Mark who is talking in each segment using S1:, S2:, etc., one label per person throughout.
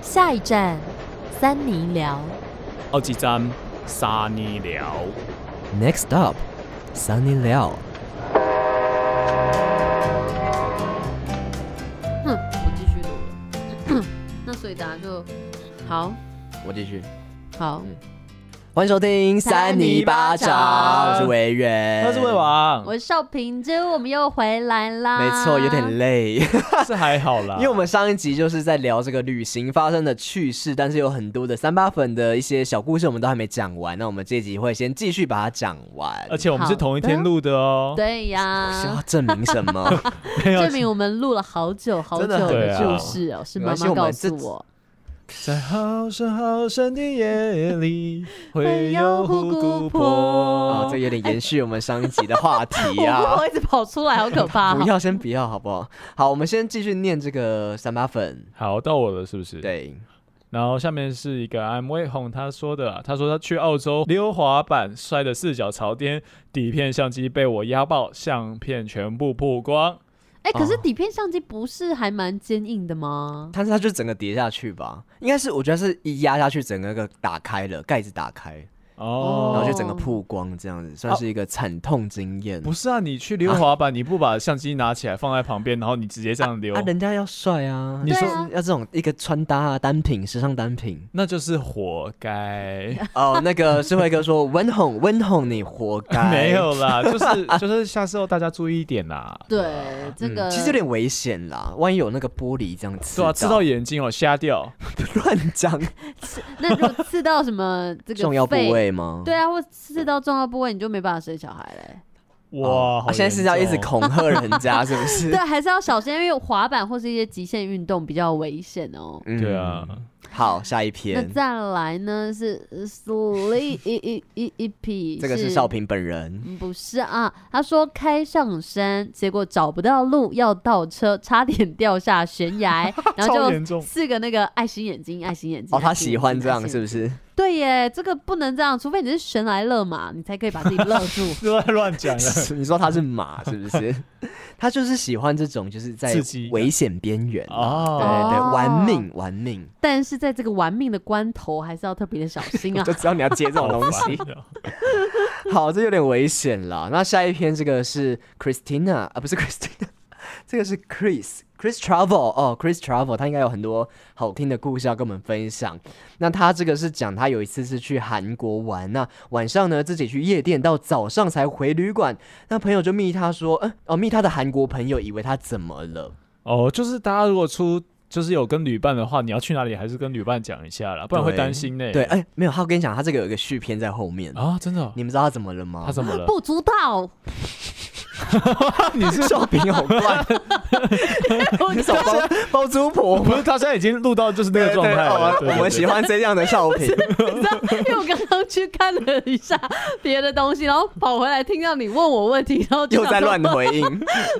S1: 下一站，三尼寮。
S2: 好几站沙尼寮。
S3: Next up, Sunny Liao。
S4: 哼，我继续录 了。那所以大家就好
S3: 我继续，
S4: 好
S3: 嗯，欢迎收听《
S4: 三
S2: 尼巴掌
S3: 我是维园，
S2: 他是魏王，
S4: 我是少平，今天我们又回来啦。
S3: 没错，有点累，
S2: 是还好啦，
S3: 因为我们上一集就是在聊这个旅行发生的趣事，但是有很多的三八粉的一些小故事，我们都还没讲完。那我们这集会先继续把它讲完
S2: 而。且我们是同一天录的哦。
S4: 对
S3: 是
S4: 呀
S3: 要，证明什么？
S2: 没有
S4: 证明我们录了好久好久
S3: 真的很啊
S4: 的
S2: 久
S4: 注释哦，是
S3: 没
S4: 妈
S3: 关系
S4: 妈
S3: 我
S4: 告
S3: 们这
S4: 诉我。
S2: 在好深好深的夜 里，
S4: 会有虎
S2: 虎
S4: 姑
S2: 姑婆。
S4: 婆
S3: 哦，这有点延续我们上一集的话题
S4: 我
S3: 啊
S4: 不。会一直跑出来，好可怕哦
S3: 不！要，先不要，好不好？好，我们先继续念这个三八粉。
S2: 好，到我了，是不是？。
S3: 对，
S2: 然后下面是一个 I'm Way Hong，他说的啊，他说他去澳洲溜滑板，摔得四脚朝天，底片相机被我压爆，相片全部曝光。
S4: 哎，可是
S3: 哦
S4: 底片相机不是还蛮坚硬的吗？
S3: 但是它就整个跌下去吧，应该是我觉得是一压下去，整个个打开了，盖子打开，
S2: 哦，
S3: 然后就整个曝光这样子，算是一个惨痛经验。
S2: 不是啊，你去溜滑板，你不把相机拿起来放在旁边，然后你直接这样溜，
S3: 啊，人家要帅啊，
S2: 哦你
S4: 对
S2: 说
S4: 啊
S3: 要这种一个穿搭啊，单品时尚 单品
S2: 那就是活该。
S3: 哦。那个智慧哥说温哄温哄你活该， 嗯
S2: 没有啦，就是就是下次后大家注意一点啦。
S4: 对，这
S3: 嗯
S4: 个
S3: 其实有点危险啦，万一有那个玻璃这样刺
S2: 对啊，刺到眼睛哦，瞎掉。
S3: 乱讲
S4: 那如果刺到什么这个
S3: 重要部
S4: 肺，
S3: 位吗？
S4: 对啊，或刺到重要部位，你就没办法生小孩嘞。
S2: 哇，
S3: 哦
S2: 好
S3: 啊现在是要一直
S2: 严重
S3: 恐吓人家，是不 是
S4: 对，？啊还是要小心，因为滑板或是一些极限运动比较危险哦。
S3: 嗯
S2: 对啊，
S3: 好，下一
S4: 那
S3: 篇，
S4: 再来呢是 sleep 一一一一匹，
S3: 这个是少平本人。
S4: 嗯。不是啊，他说开上山，结果找不到路，要倒车，差点掉下悬 崖，然
S2: 超
S4: 后
S2: 严
S4: 就
S2: 重
S4: 四个那个爱心眼睛，爱心眼睛。
S3: 哦，他
S4: 爱心眼
S3: 喜欢
S4: 睛
S3: 这样是？
S4: 爱心眼
S3: 不是？
S4: 睛对耶，这个不能这样，除非你是神来乐嘛，你才可以把自己乐 住。
S2: 又在乱讲了。
S3: 你说他是马是不是？他就是喜欢这种，就是在
S2: 刺激
S3: 危险边缘啊，对
S2: 哦，
S3: 对，
S4: 哦
S3: 玩命玩命，
S4: 但是在这个玩命的关头，还是要特别的小 心啊
S3: 就。知道你要接这
S2: 哦
S3: 种东西。好，这有点危险啦。那下一篇这个是 Christina 啊，不是 Christina，这个是 Chris。Chris Travel 哦，Chris Travel，他应该有很多好听的故事要跟我们分享。那他这个是讲他有一次是去韩国玩，那晚上呢自己去夜店，到早上才回旅馆。那朋友就密他说，嗯，哦，密他的韩国朋友以为他怎么了，
S2: 哦，就是大家如果出就是有跟旅伴的话，你要去哪里还是跟旅伴讲一下啦，不然会担心呢。
S3: 对，哎、没有，他跟你讲，他这个有一个续篇在后面。
S2: 啊，真的哦，
S3: 你们知道他怎么了吗？
S2: 他怎么了？
S4: 不足道，
S2: 你是
S3: 少平 好怪， 你少包包租婆
S2: 不是他现在已经录到 就是那个状态了？
S3: 对对对哦
S2: 对
S3: 我们喜。欢这样的少平，
S4: 你知道， 因为我刚刚去看了一下别的东西，然后跑回来听到你问我问题，然后就
S3: 又
S4: 想
S3: 在
S4: 说
S3: 乱回应。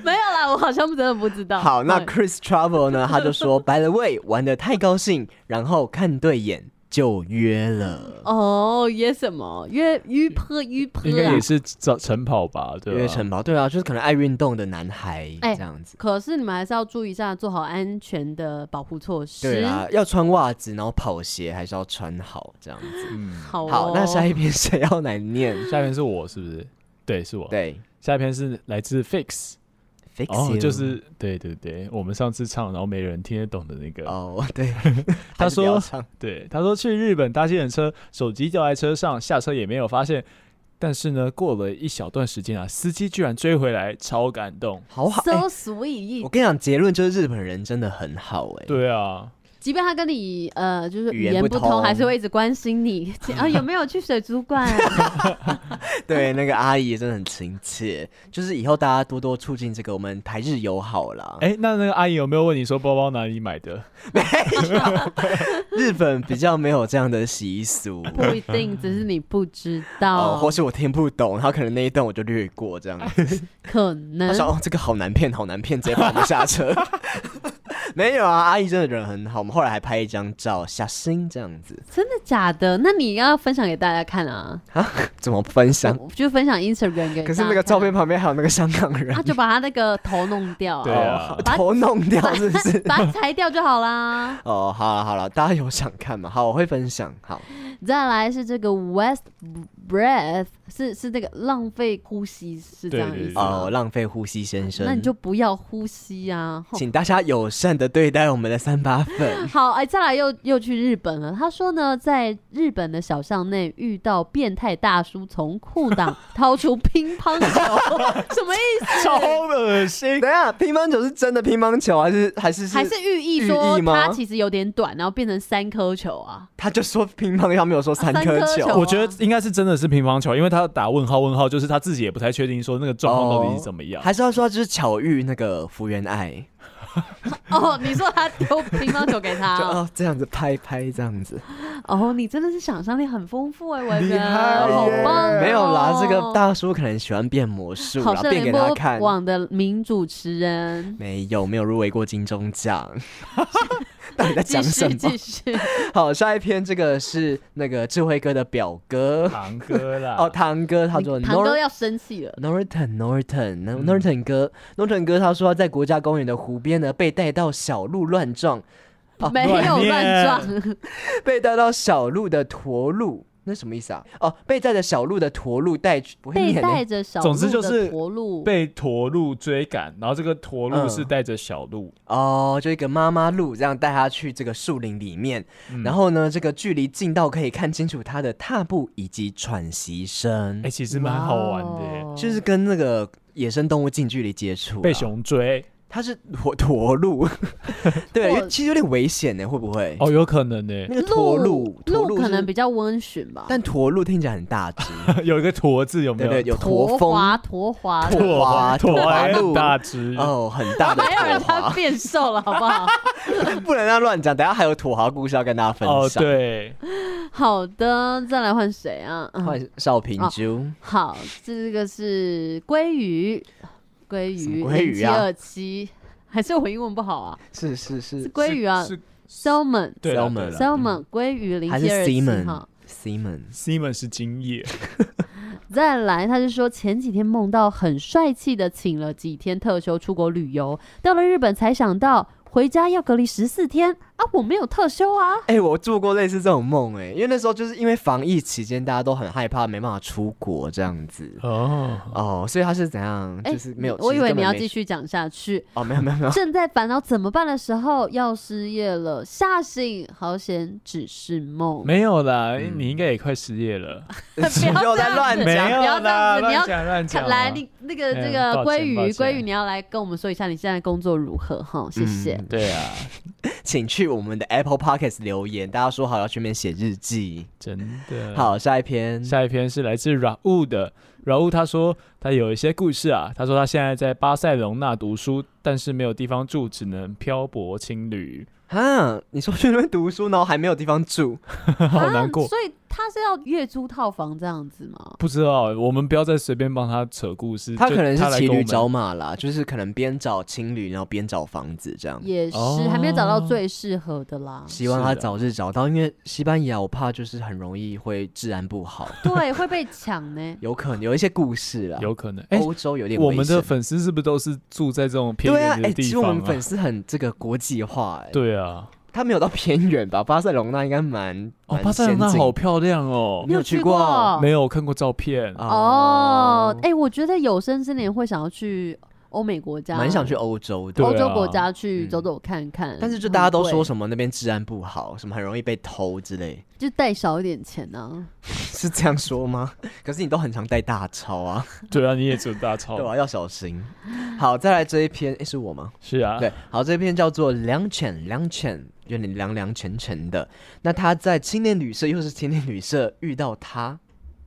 S4: 没有啦，我好像真的不知道。嗯
S3: 好，那
S4: 对
S3: Chris Travel 呢？他就说 ，By the way，玩的太高兴，然后看对眼就约了，
S4: 哦，约什么？约约坡约坡
S2: 应该
S4: 啊
S2: 也？是早晨跑吧，对吧？
S3: 约城堡。对啊，就是可能爱运动的男孩
S4: 哎
S3: 这样子。
S4: 可是你们还是要注意一下，做好安全的保护措施。
S3: 对啊，要穿袜子，然后跑鞋还是要穿好这样子。
S2: 嗯，
S4: 好哦，
S3: 好，那下一篇谁要 来念？
S2: 下一篇是我是不是？对，是我。，
S3: 对
S2: 下一篇是来自 Fix。
S3: ，fix
S2: 哦，
S3: you
S2: 就是对对对，我们上次唱然后没人听得懂的那个。
S3: 哦，对，
S2: 他
S3: 还是不要
S2: 说，
S3: 唱
S2: 对，他说去日本搭计程车，手机掉在车上，下车也没有发现。但是呢，过了一小段时间啊，司机居然追回来，超感动。
S3: 好好。哎
S4: so sweet，、
S3: 我跟你讲，结论就是日本人真的很好哎。
S2: 对啊，
S4: 即便他跟你呃就是
S3: 语
S4: 语
S3: 言不
S4: 不通，
S3: 通
S4: 还是会一直关心你 啊。有没有去水族馆？啊
S3: 对，那个阿姨真的很亲切，就是以后大家多多促进这个我们台日友好啦。
S2: 哎、那那个阿姨有没有问你说包包哪里买 的？
S3: 日本比较没有这样的习俗，
S4: 不一定，只是你不知道，
S3: 哦，或是我听不懂，然后可能那一段我就略过这样。
S4: 可
S3: 他
S4: 能
S3: 说哦，这个好难骗，好难骗，直接把我们下车。没有啊，阿姨真的人很好，我们后来还拍一张照，小心这样子，
S4: 真的假的？那你要分享给大家看啊，
S3: 怎么分享？
S4: 我就分享 Instagram 给。
S3: 可是那个照片，旁边还有那个香港人
S4: 他，就把他那个头弄掉、
S2: 对
S4: 啊，
S2: 啊
S3: 哦，头弄掉是不
S4: ？
S3: 是
S4: 把它裁掉就好啦。
S3: 哦，好了好了，大家有想看吗？好，我会分享。好，
S4: 再来是这个 West breath，是是那个浪费呼吸，是这样
S2: 对对
S4: 意思
S2: 对
S4: 吗
S3: 哦，？浪费呼吸先生，
S4: 那你就不要呼吸啊！吼。
S3: 请大家友善的对待我们的三八粉
S4: 好，哎，再来又又去日本了。他说呢，在日本的小巷内遇到变态大叔从裤裆掏出乒乓球， 什么意思？
S2: 超恶 心。
S3: 等一下，乒乓球是真的乒乓球还是还是
S4: 还是寓意
S3: 寓
S4: 说
S3: 意吗
S4: 他其实有点短，然后变成三颗球啊？
S3: 他就说乒乓球，他没有说三颗
S4: 啊三颗球
S2: 我觉得应该是真的是乒乓球，因为他打问号问号，就是他自己也不太确定说那个状况到底是怎么样。
S3: 哦还是要说就是巧遇那个福原爱，
S4: 哦，你说他丢乒乓球给他
S3: 就
S4: 哦？
S3: 哦这样子拍拍这样子，
S4: 哦，你真的是想象力很丰富哎，文
S3: 厉
S4: 人，
S3: 害
S4: 好
S3: 耶
S4: 棒哦！
S3: 没有啦，这个大叔可能喜欢变魔术
S4: 好
S3: 啦，
S4: 像
S3: 变给
S4: 联
S3: 他
S4: 播
S3: 看。
S4: 网的名主持人。
S3: 没有，没有入围过金钟 奖，到底在
S4: 继
S3: 讲什
S4: 续
S3: 么
S4: 继？续，
S3: 好，下一篇这个是那个智慧哥的表哥
S2: 堂哥啦，
S3: 哦，堂哥，他说
S4: 堂哥
S3: Nor-
S4: 要生气了。
S3: Norton Norton
S2: 嗯
S3: Norton 哥，Norton 哥他说他在国家公园的湖边呢被带到小鹿乱撞， 啊
S4: 没
S2: 乱
S4: 有乱
S2: 念
S4: 撞，
S3: 被带到小鹿的驼鹿，那什么意思啊？哦，被带着小鹿的驼鹿带去，不会
S4: 被
S3: 念呢
S4: 带着小
S2: 总之
S4: 鹿
S2: 就
S4: 的
S2: 是
S4: 驼鹿，
S2: 被驼鹿追赶，然后这个驼
S3: 嗯
S2: 鹿是带着小鹿，
S3: 哦，就一个妈妈鹿这样带它去这个树林里面，
S2: 嗯
S3: 然后呢，这个距离近到可以看清楚它的踏步以及喘息声
S2: 哎、，其实蛮好玩的耶，
S4: 哇哦
S3: 就是跟那个野生动物近距离接触、啊
S2: 被，熊追
S3: 它是驼驼鹿， 对，因为其实有点危险呢，会不会？
S2: 哦，有可能呢，
S3: 那个驼鹿
S4: 鹿，
S3: 驼鹿
S4: 可
S3: 是
S4: 能比较温驯吧，
S3: 但驼鹿听起来很大 只，
S2: 有一个驼字有没
S3: 对
S2: 有？
S3: 对，有
S4: 驼
S3: 驼峰
S4: 华驼华，
S3: 驼华
S2: 驼
S3: 驼华
S2: 还
S3: 鹿
S2: 很大只，
S3: 哦，很 大的
S4: 还要让
S3: 驼
S4: 它
S3: 华，
S4: 变瘦了，好不好？
S3: 不能让乱讲。等一下还有驼华故事要跟大家分
S2: 哦
S3: 享。
S2: 对，
S4: 好的，再来换谁啊？嗯
S3: 换少平珠，
S4: 好，这个是鲑鱼，鲑
S3: 什么
S4: 鱼，
S3: 鲑鱼啊
S4: 二七，还是我英文不好啊？
S3: 是是
S4: 是
S3: 是
S4: 鲑鱼啊
S2: 是是
S4: ，salmon，
S2: 对啦对
S3: Salmon
S2: 啦
S4: salmon 鲑鱼零
S3: 还是
S4: 七二七
S3: Simon
S4: 哈。
S3: Simon，
S2: Simon 是今夜，
S4: 再来，他是说前几天梦到很帅气的请了几天特休出国旅游，到了日本才想到回家要隔离十四天啊，我没有特休啊。
S3: 哎、我做过类似这种梦，哎，因为那时候就是因为防疫期间，大家都很害怕，没办法出国这样子。
S2: 哦，
S3: 哦，所以他是怎样？
S4: 哎
S3: 就是没有，
S4: 我以为你要
S3: 其
S4: 继
S3: 实
S4: 续讲下 去。
S3: 根本没哦，没有没有没有，
S4: 正在烦恼怎么办的时候，要失业了，吓醒，好险只是梦。
S2: 没有啦，
S3: 嗯
S2: 你应该也快失 业了，
S4: 不要
S3: 又在
S4: 这样
S3: 乱
S4: 子
S2: 没
S3: 讲。
S4: 不要
S2: 有
S4: 这样
S2: 啦，
S4: 子你要
S2: 乱讲乱讲
S4: 看
S2: 啊，
S4: 来，你那个
S2: 哎
S4: 这个
S2: 抱
S4: 鲑
S2: 歉
S4: 鱼，
S2: 抱歉
S4: 鲑鱼，你要来跟我们说一下你现在工作如何哈？谢谢。
S3: 嗯
S2: 对啊，
S3: 请去我们的 Apple Podcast 留言，大家说好要去那边写日记。
S2: 真的，
S3: 好，下一篇。
S2: 下一篇是来自软物的软物，他说他有一些故事啊。他说他现在在巴塞隆纳读书，但是没有地方住，只能漂泊青旅，
S3: 啊，你说去那边读书，然后还没有地方住，
S2: 嗯好难过
S4: 啊。所以他是要月租套房这样子吗？
S2: 不知道，我们不要再随便帮他扯故事。
S3: 他
S2: 就
S3: 可能
S2: 他
S3: 是
S2: 来
S3: 骑
S2: 跟我
S3: 驴
S2: 们
S3: 找马啦，就是可能边找情侣，然后边找房子这样。。
S4: 也是，
S2: 哦
S4: 还没有找到最适合的啦
S3: 希望他
S2: 是的啊
S3: 早日找到，因为西班牙我怕就是很容易会治安 不好，
S4: 对，会被抢呢。
S3: 有可能有一些故事啦。
S2: 有可能。哎、
S3: 欧洲哦有点
S2: 我们的
S3: 危险
S2: 粉丝是不是都是住在这种偏
S3: 对啊，
S2: 远
S3: 哎、
S2: 的地
S3: 其实我
S2: 方
S3: 们粉丝很这个国际化、哎，
S2: 对啊，
S3: 他没有到偏远吧？巴塞隆那应该蛮
S2: 哦，
S3: 蛮
S2: 巴塞隆纳
S3: 先进啊
S2: 好漂亮哦
S3: 你，有去过
S4: 哦
S2: 没有看过照片，
S3: 啊
S2: 啊
S4: 哦，哎、我觉得有生之年会想要去欧美国家，
S3: 蛮想去欧洲的
S2: 对。
S4: 欧洲
S2: 啊
S4: 国家去
S3: 嗯
S4: 走走看看。
S3: 但是就大家都说
S4: 么，
S3: 什么那边治安不好，什么很容易被偷之 类，
S4: 就带少一点钱啊呢、
S3: 是这样说吗？ 可是你都很常带大钞啊，
S2: 对啊，你也住大超，
S3: 对啊，要小心。好，再来这一篇，诶，是我吗？
S2: 是啊，
S3: 对，好，这篇叫做《两浅两浅》，有点凉凉沉沉的。那他在青年旅社，又是青年旅社遇到他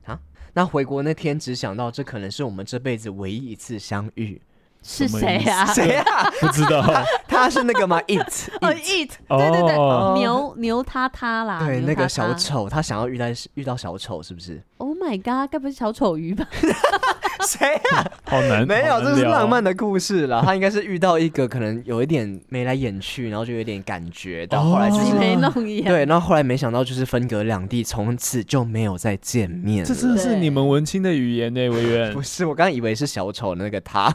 S3: 啊。那回国那天，只想到这可能是我们这辈子唯一一次相遇。
S4: 是
S2: 什么
S4: 谁啊？
S3: 谁啊？
S2: 不知 道
S3: 他是那个吗？It，
S4: 哦，it，
S2: 哦
S4: 对对对，
S2: 哦
S4: 牛牛他他
S2: 啊
S4: 啦，
S3: 对，
S4: 牛
S3: 那
S4: 他
S3: 个
S4: 他
S3: 小丑，他想要遇到遇到小丑，是不是？
S4: ，Oh my god，该不是小丑鱼吧？
S3: 谁啊？
S2: 好难，
S3: 没有，
S2: 好难
S3: 这是
S2: 聊哦
S3: 浪漫的故事啦。他应该是遇到一个可能有一点眉来眼去，然后就有点感觉，到后来就
S2: 哦
S4: 挤
S3: 是、
S4: 眉弄眼。
S3: 对，然后后来没想到就是分隔两地，从此就没有再见面
S2: 这
S3: 了。
S2: 真的是
S4: 对
S2: 你们文青的语言呢，委员
S3: 不。是，我刚刚以为是小丑那个他。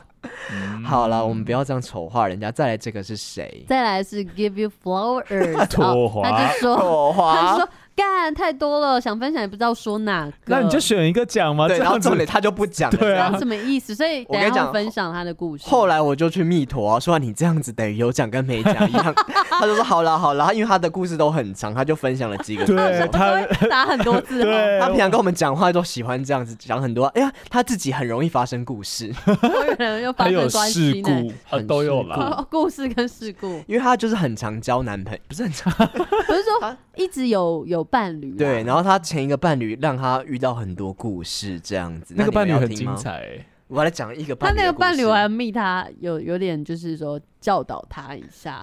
S2: 嗯
S3: 好了，我们不要这样丑化人家。再来，这个是谁？
S4: 再来是 give you flowers，
S2: 妥
S4: 哦
S2: 华
S4: 他就说，
S3: 火
S4: 他 就
S3: 花。
S4: 说干太多了，想分享也不知道说哪个，
S2: 那你就选一个讲嘛，啊
S3: 对，
S2: 这
S3: 然后
S2: 样子
S3: 重点他就不讲了。
S2: 对
S4: 这
S2: 啊
S4: 样什么意思？所以等
S3: 我跟
S4: 一
S3: 你
S4: 下
S3: 讲
S4: 会分享他的故事。
S3: 后来我就去密陀、啊，说你这样子等于有讲跟没讲 一样。他就说好啦好啦，因为他的故事都很长，他就分享了几个。
S2: 对
S4: 他
S2: 他，
S4: 会打很多字，哦
S2: 对
S3: 他平常跟我们讲话都喜欢这样子讲很多，哎呀，他自己很容易发生故事，
S4: 我有人又发
S2: 还
S4: 生
S2: 有
S4: 关
S2: 事
S4: 系呢。
S2: 故呃都有 啦，
S4: 哦故事跟事故，
S3: 因为他就是很常交男朋友，不是很常
S4: 不是说一直有有伴侣啊、
S3: 对。然后他前一个伴侣让他遇到很多故事，这样子。
S2: 那个
S3: 你们
S2: 伴侣
S3: 要
S2: 很
S3: 听
S2: 精
S3: 吗。
S2: 彩欸，
S3: 我来讲一个
S4: 他
S3: 伴侣
S4: 那
S3: 的
S4: 个
S3: 故
S4: 伴侣，
S3: 事
S4: 我还密他，有有点就是说教导他一下。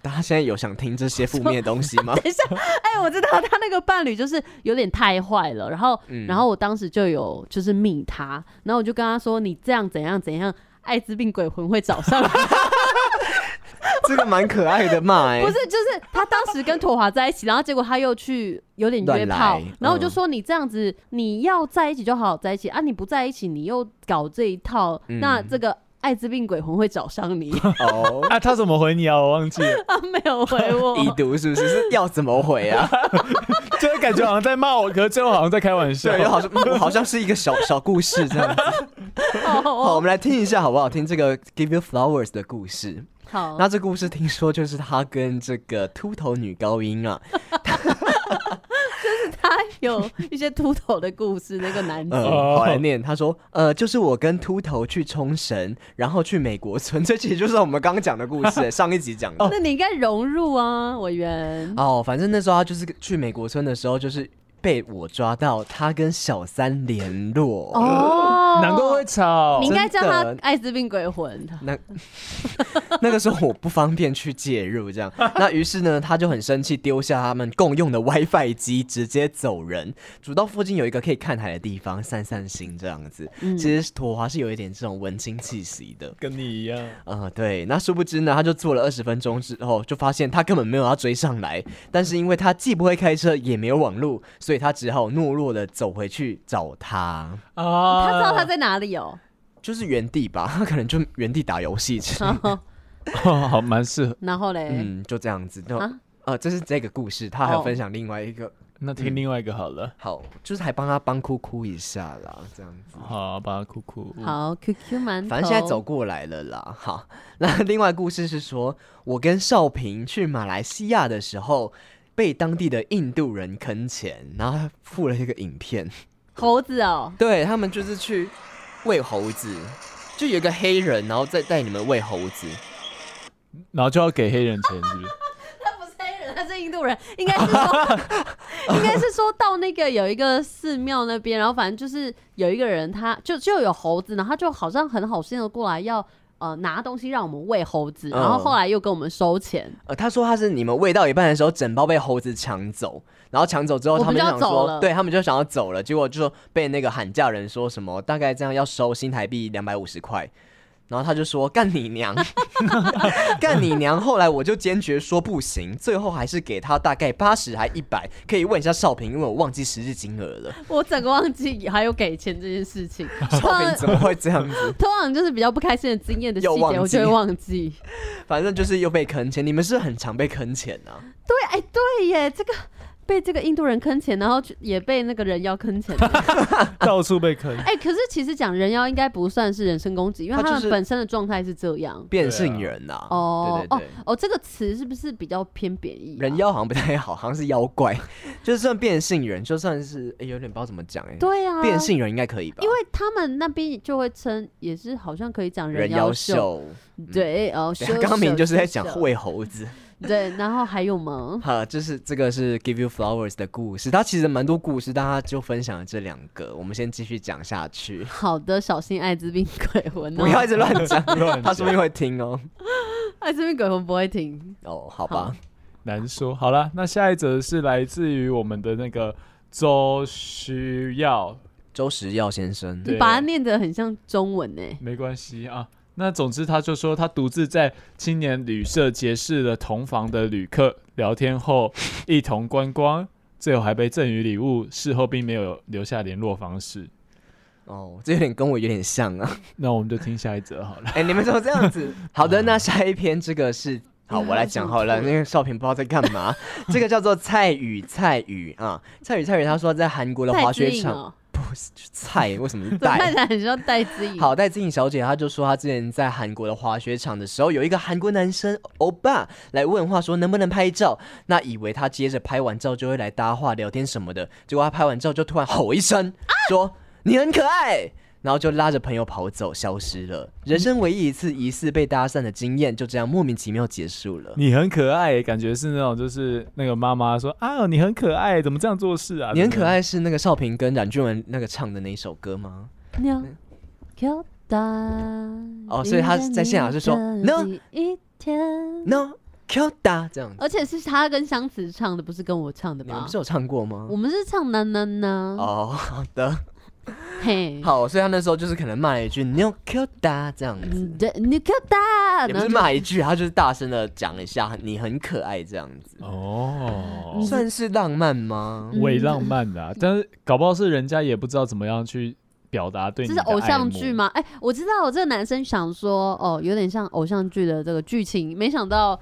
S3: 大家现在有想听这些负面的东西 吗？
S4: 等一 下，哎、我知道他那个伴侣就是有点太坏了，然后、
S3: 嗯
S4: 然后我当时就有就是密他，然后我就跟他说你这样怎样怎样，艾滋病鬼魂会找上来。
S3: 这个蛮可爱的嘛、哎
S4: 不是，就是他当时跟妥华在一起，然后结果他又去有点约
S3: 乱
S4: 炮
S3: 来，
S4: 然后我就
S3: 嗯
S4: 说你这样子，你要在一起就好好在一起啊，你不在一起，你又搞这一套，那
S3: 嗯
S4: 这个艾滋病鬼魂会找上你。
S3: 哦，
S2: 啊，他怎么回你啊？我忘记了，
S4: 他没有回我，
S3: 已读是不是？是要怎么回啊？
S2: 就是感觉好像在骂我，可是最后好像在开玩笑
S3: 对，。又好像嗯我好像是一个小小故事这样子。好，我
S4: 好
S3: 们来听一下好不好？听这个《Give You Flowers》的故事。
S4: 好，
S3: 那这故事听说就是他跟这个秃头女高音啊，
S4: 他有一些秃头的故事，那个男子。
S3: 呃，
S2: 哦
S3: 好来念。他说，呃，就是我跟秃头去冲绳，然后去美国村， 这其实就是我们刚刚讲的故事，上一集讲的。
S4: 那你应该融入啊，委员。
S3: 哦，反正那时候他就是去美国村的时候，就是被我抓到他跟小三联络。
S4: 哦
S2: 难怪会吵
S4: 你应，该叫他
S3: 真的
S4: 艾滋病鬼魂。
S3: 那那个时候我不方便去介入，这样。 那于是呢，他就很生气，丢下他们共用的 WiFi 机，直接走人，走到附近有一个可以看海的地方散散心，这样子。其实土华是有一点这种文青气息的。
S2: 跟你一样，
S3: 啊、对，那殊不知呢，他就坐了二十分钟之后，就发现他根本没有要追上来，但是因为他既不会开车，也没有网路，所以他只好懦弱的走回去找他，
S2: 啊，
S4: 哦他知道他在哪里哦。
S3: 就是原地吧， 他可能就原地打游戏之类的，
S2: 哦好蛮适合。
S4: 然后嘞，
S3: 嗯，就这样子。那、
S4: 啊
S3: 呃，这是这个故事，他还有
S4: 哦
S3: 分享另外一个，
S2: 那
S3: 嗯
S2: 听另外一个好了，
S3: 好，就是还帮他帮哭哭一下啦，这样子。
S2: 好，把它哭哭。
S4: 好，QQ 馒头。
S3: 嗯反正现在走过来了啦，好。那另外故事是说，我跟少平去马来西亚的时候，被当地的印度人坑钱，然后他附了一个影片，
S4: 猴子哦，
S3: 对他们就是去喂猴子，就有一个黑人，然后再带你们喂猴子，
S2: 然后就要给黑人钱，是不是？
S4: 他不是黑人，他是印 度人， 应该是说，应该是说到那个有一个寺庙那边，然后反正就是有一个人他，就就有猴子，然后他就好像很好心的过来要。呃，拿东西让我们喂猴子，
S3: 嗯
S4: 然后后来又跟我们收钱，
S3: 呃，他说他是你们喂到一半的时候，整包被猴子抢走，然后抢走之后，
S4: 我
S3: 他
S4: 们
S3: 们
S4: 就要
S3: 想
S4: 走
S3: 说
S4: 了，
S3: 对他们就想要走了，结果就说被那个喊价人说什么大概这样要收新台币两百五十块，然后他就说干你娘， 干你娘！后来我就坚决说不行，最后还是给他大概八十还一百，可以问一下少平，因为我忘记实际金额 了。
S4: 我整个忘记还有给钱这件事情。通
S3: 少
S4: 常
S3: 平怎么会这样子？
S4: 通常就是比较不开心的经验的细
S3: 又忘
S4: 节，
S3: 记
S4: 我就会忘记。
S3: 反正就是又被坑钱，你们是很常被坑钱啊。
S4: 对，哎、对耶，这个被这个印度人坑钱，然后就也被那个人妖坑 钱。
S2: 到处被 坑，
S4: 哎、可是其实讲人妖应该不算是人身攻击，因为
S3: 他
S4: 他
S3: 就是
S4: 们本身的状态是这样。
S3: 变性人呐、啊，
S4: 哦
S3: 对对对。
S4: 哦，这个词是不是比较偏贬义、啊
S3: 人。妖好像不太好，好像是妖 怪，就算变性人，就算是、诶有点不知道怎么讲哎、
S4: 对啊，
S3: 变，性人应该可以吧？
S4: 因为他们那边就会称，也是好像可以讲
S3: 人
S4: 妖
S3: 妖。秀，
S4: 对，哦，
S3: 对
S4: 秀
S3: 刚刚明明就是在讲。
S4: 秀
S3: 喂猴子，
S4: 秀对，然后还有吗？
S3: 哈，就是这个是 Give You Flowers 的故事，它其实蛮多故事，但它就分享了这两个，我们先继续讲下 去，
S4: 好的，小心艾滋病鬼魂、
S3: 不要
S4: 哦。
S3: 一直乱 讲，
S2: 乱
S3: 他说不定会听哦。
S4: 艾滋病鬼魂不会停。
S3: 哦，好吧，
S2: 难说。好了，那下一则是来自于我们的那个周需要
S3: 周时耀先生。
S2: 对
S4: 你把它念得很像中文呢、
S2: 没关系啊。那总之，他就说他独自在青年旅社结识了同房的旅客，聊天后一同观光，最后还被赠予礼物，事后并没有留下联络方式。
S3: 哦，这有点跟我有点像啊。
S2: 那我们就听下一则好了。
S3: 哎、你们怎么这样子？ 好的，那下一篇这个是。好，我来讲好了。那个少平不知道在干嘛， 这个叫做蔡宇蔡宇啊，蔡宇蔡宇，他说在韩国的
S4: 戴
S3: 滑
S4: 资
S3: 雪
S4: 颖
S3: 场，
S4: 哦，
S3: 蔡为什么是
S4: 怎么看
S3: 戴
S4: 起？来很像戴资颖？
S3: 好，戴资颖小姐，她就说她之前在韩国的滑雪场的时候，有一个韩国男生欧巴来问话说能不能拍照，那以为他接着拍完照就会来搭话聊天什么的，结果他拍完照就突然吼一声，说你很可爱。然后就拉着朋友跑走，消失了。人生唯一一次疑似被搭讪的经验，就这样莫名其妙结束了。
S2: 你很可爱耶，感觉是那种就是那个妈妈说啊，你很可爱，怎么这样做事啊？
S3: 你很
S2: 怎么
S3: 可爱是那个少平跟冉俊文那个唱的那一首歌吗？
S4: 鸟，Q 哒。
S3: 嗯哦所以
S4: 啊
S3: 他在现场是说呢
S4: 一天，
S3: No, Q 哒这样子，
S4: 而且是他跟湘慈唱的，不是跟我唱的
S3: 你们
S4: 吧
S3: 不是？有唱过吗
S4: 我？们是唱呢呢呢，
S3: 哦，好的。
S4: 嘿，
S3: 好，所以他那时候就是可能骂了一句 “no q 哒”这样子，
S4: 嗯，对，你 Q 哒，然
S3: 也不
S4: 后
S3: 是骂一句，他就是大声的讲一下“你很可爱”这样子，
S2: 哦，
S4: 嗯
S3: 算是浪漫吗？
S2: 伪浪漫的、啊，但是搞不好是人家也不知道怎么样去表达对
S4: 这
S2: 你
S4: 是
S2: 的
S4: 偶
S2: 爱
S4: 像
S2: 慕
S4: 剧？吗？哎、我知道，我这个男生想说，哦，有点像偶像剧的这个剧情，没想到
S3: 嗯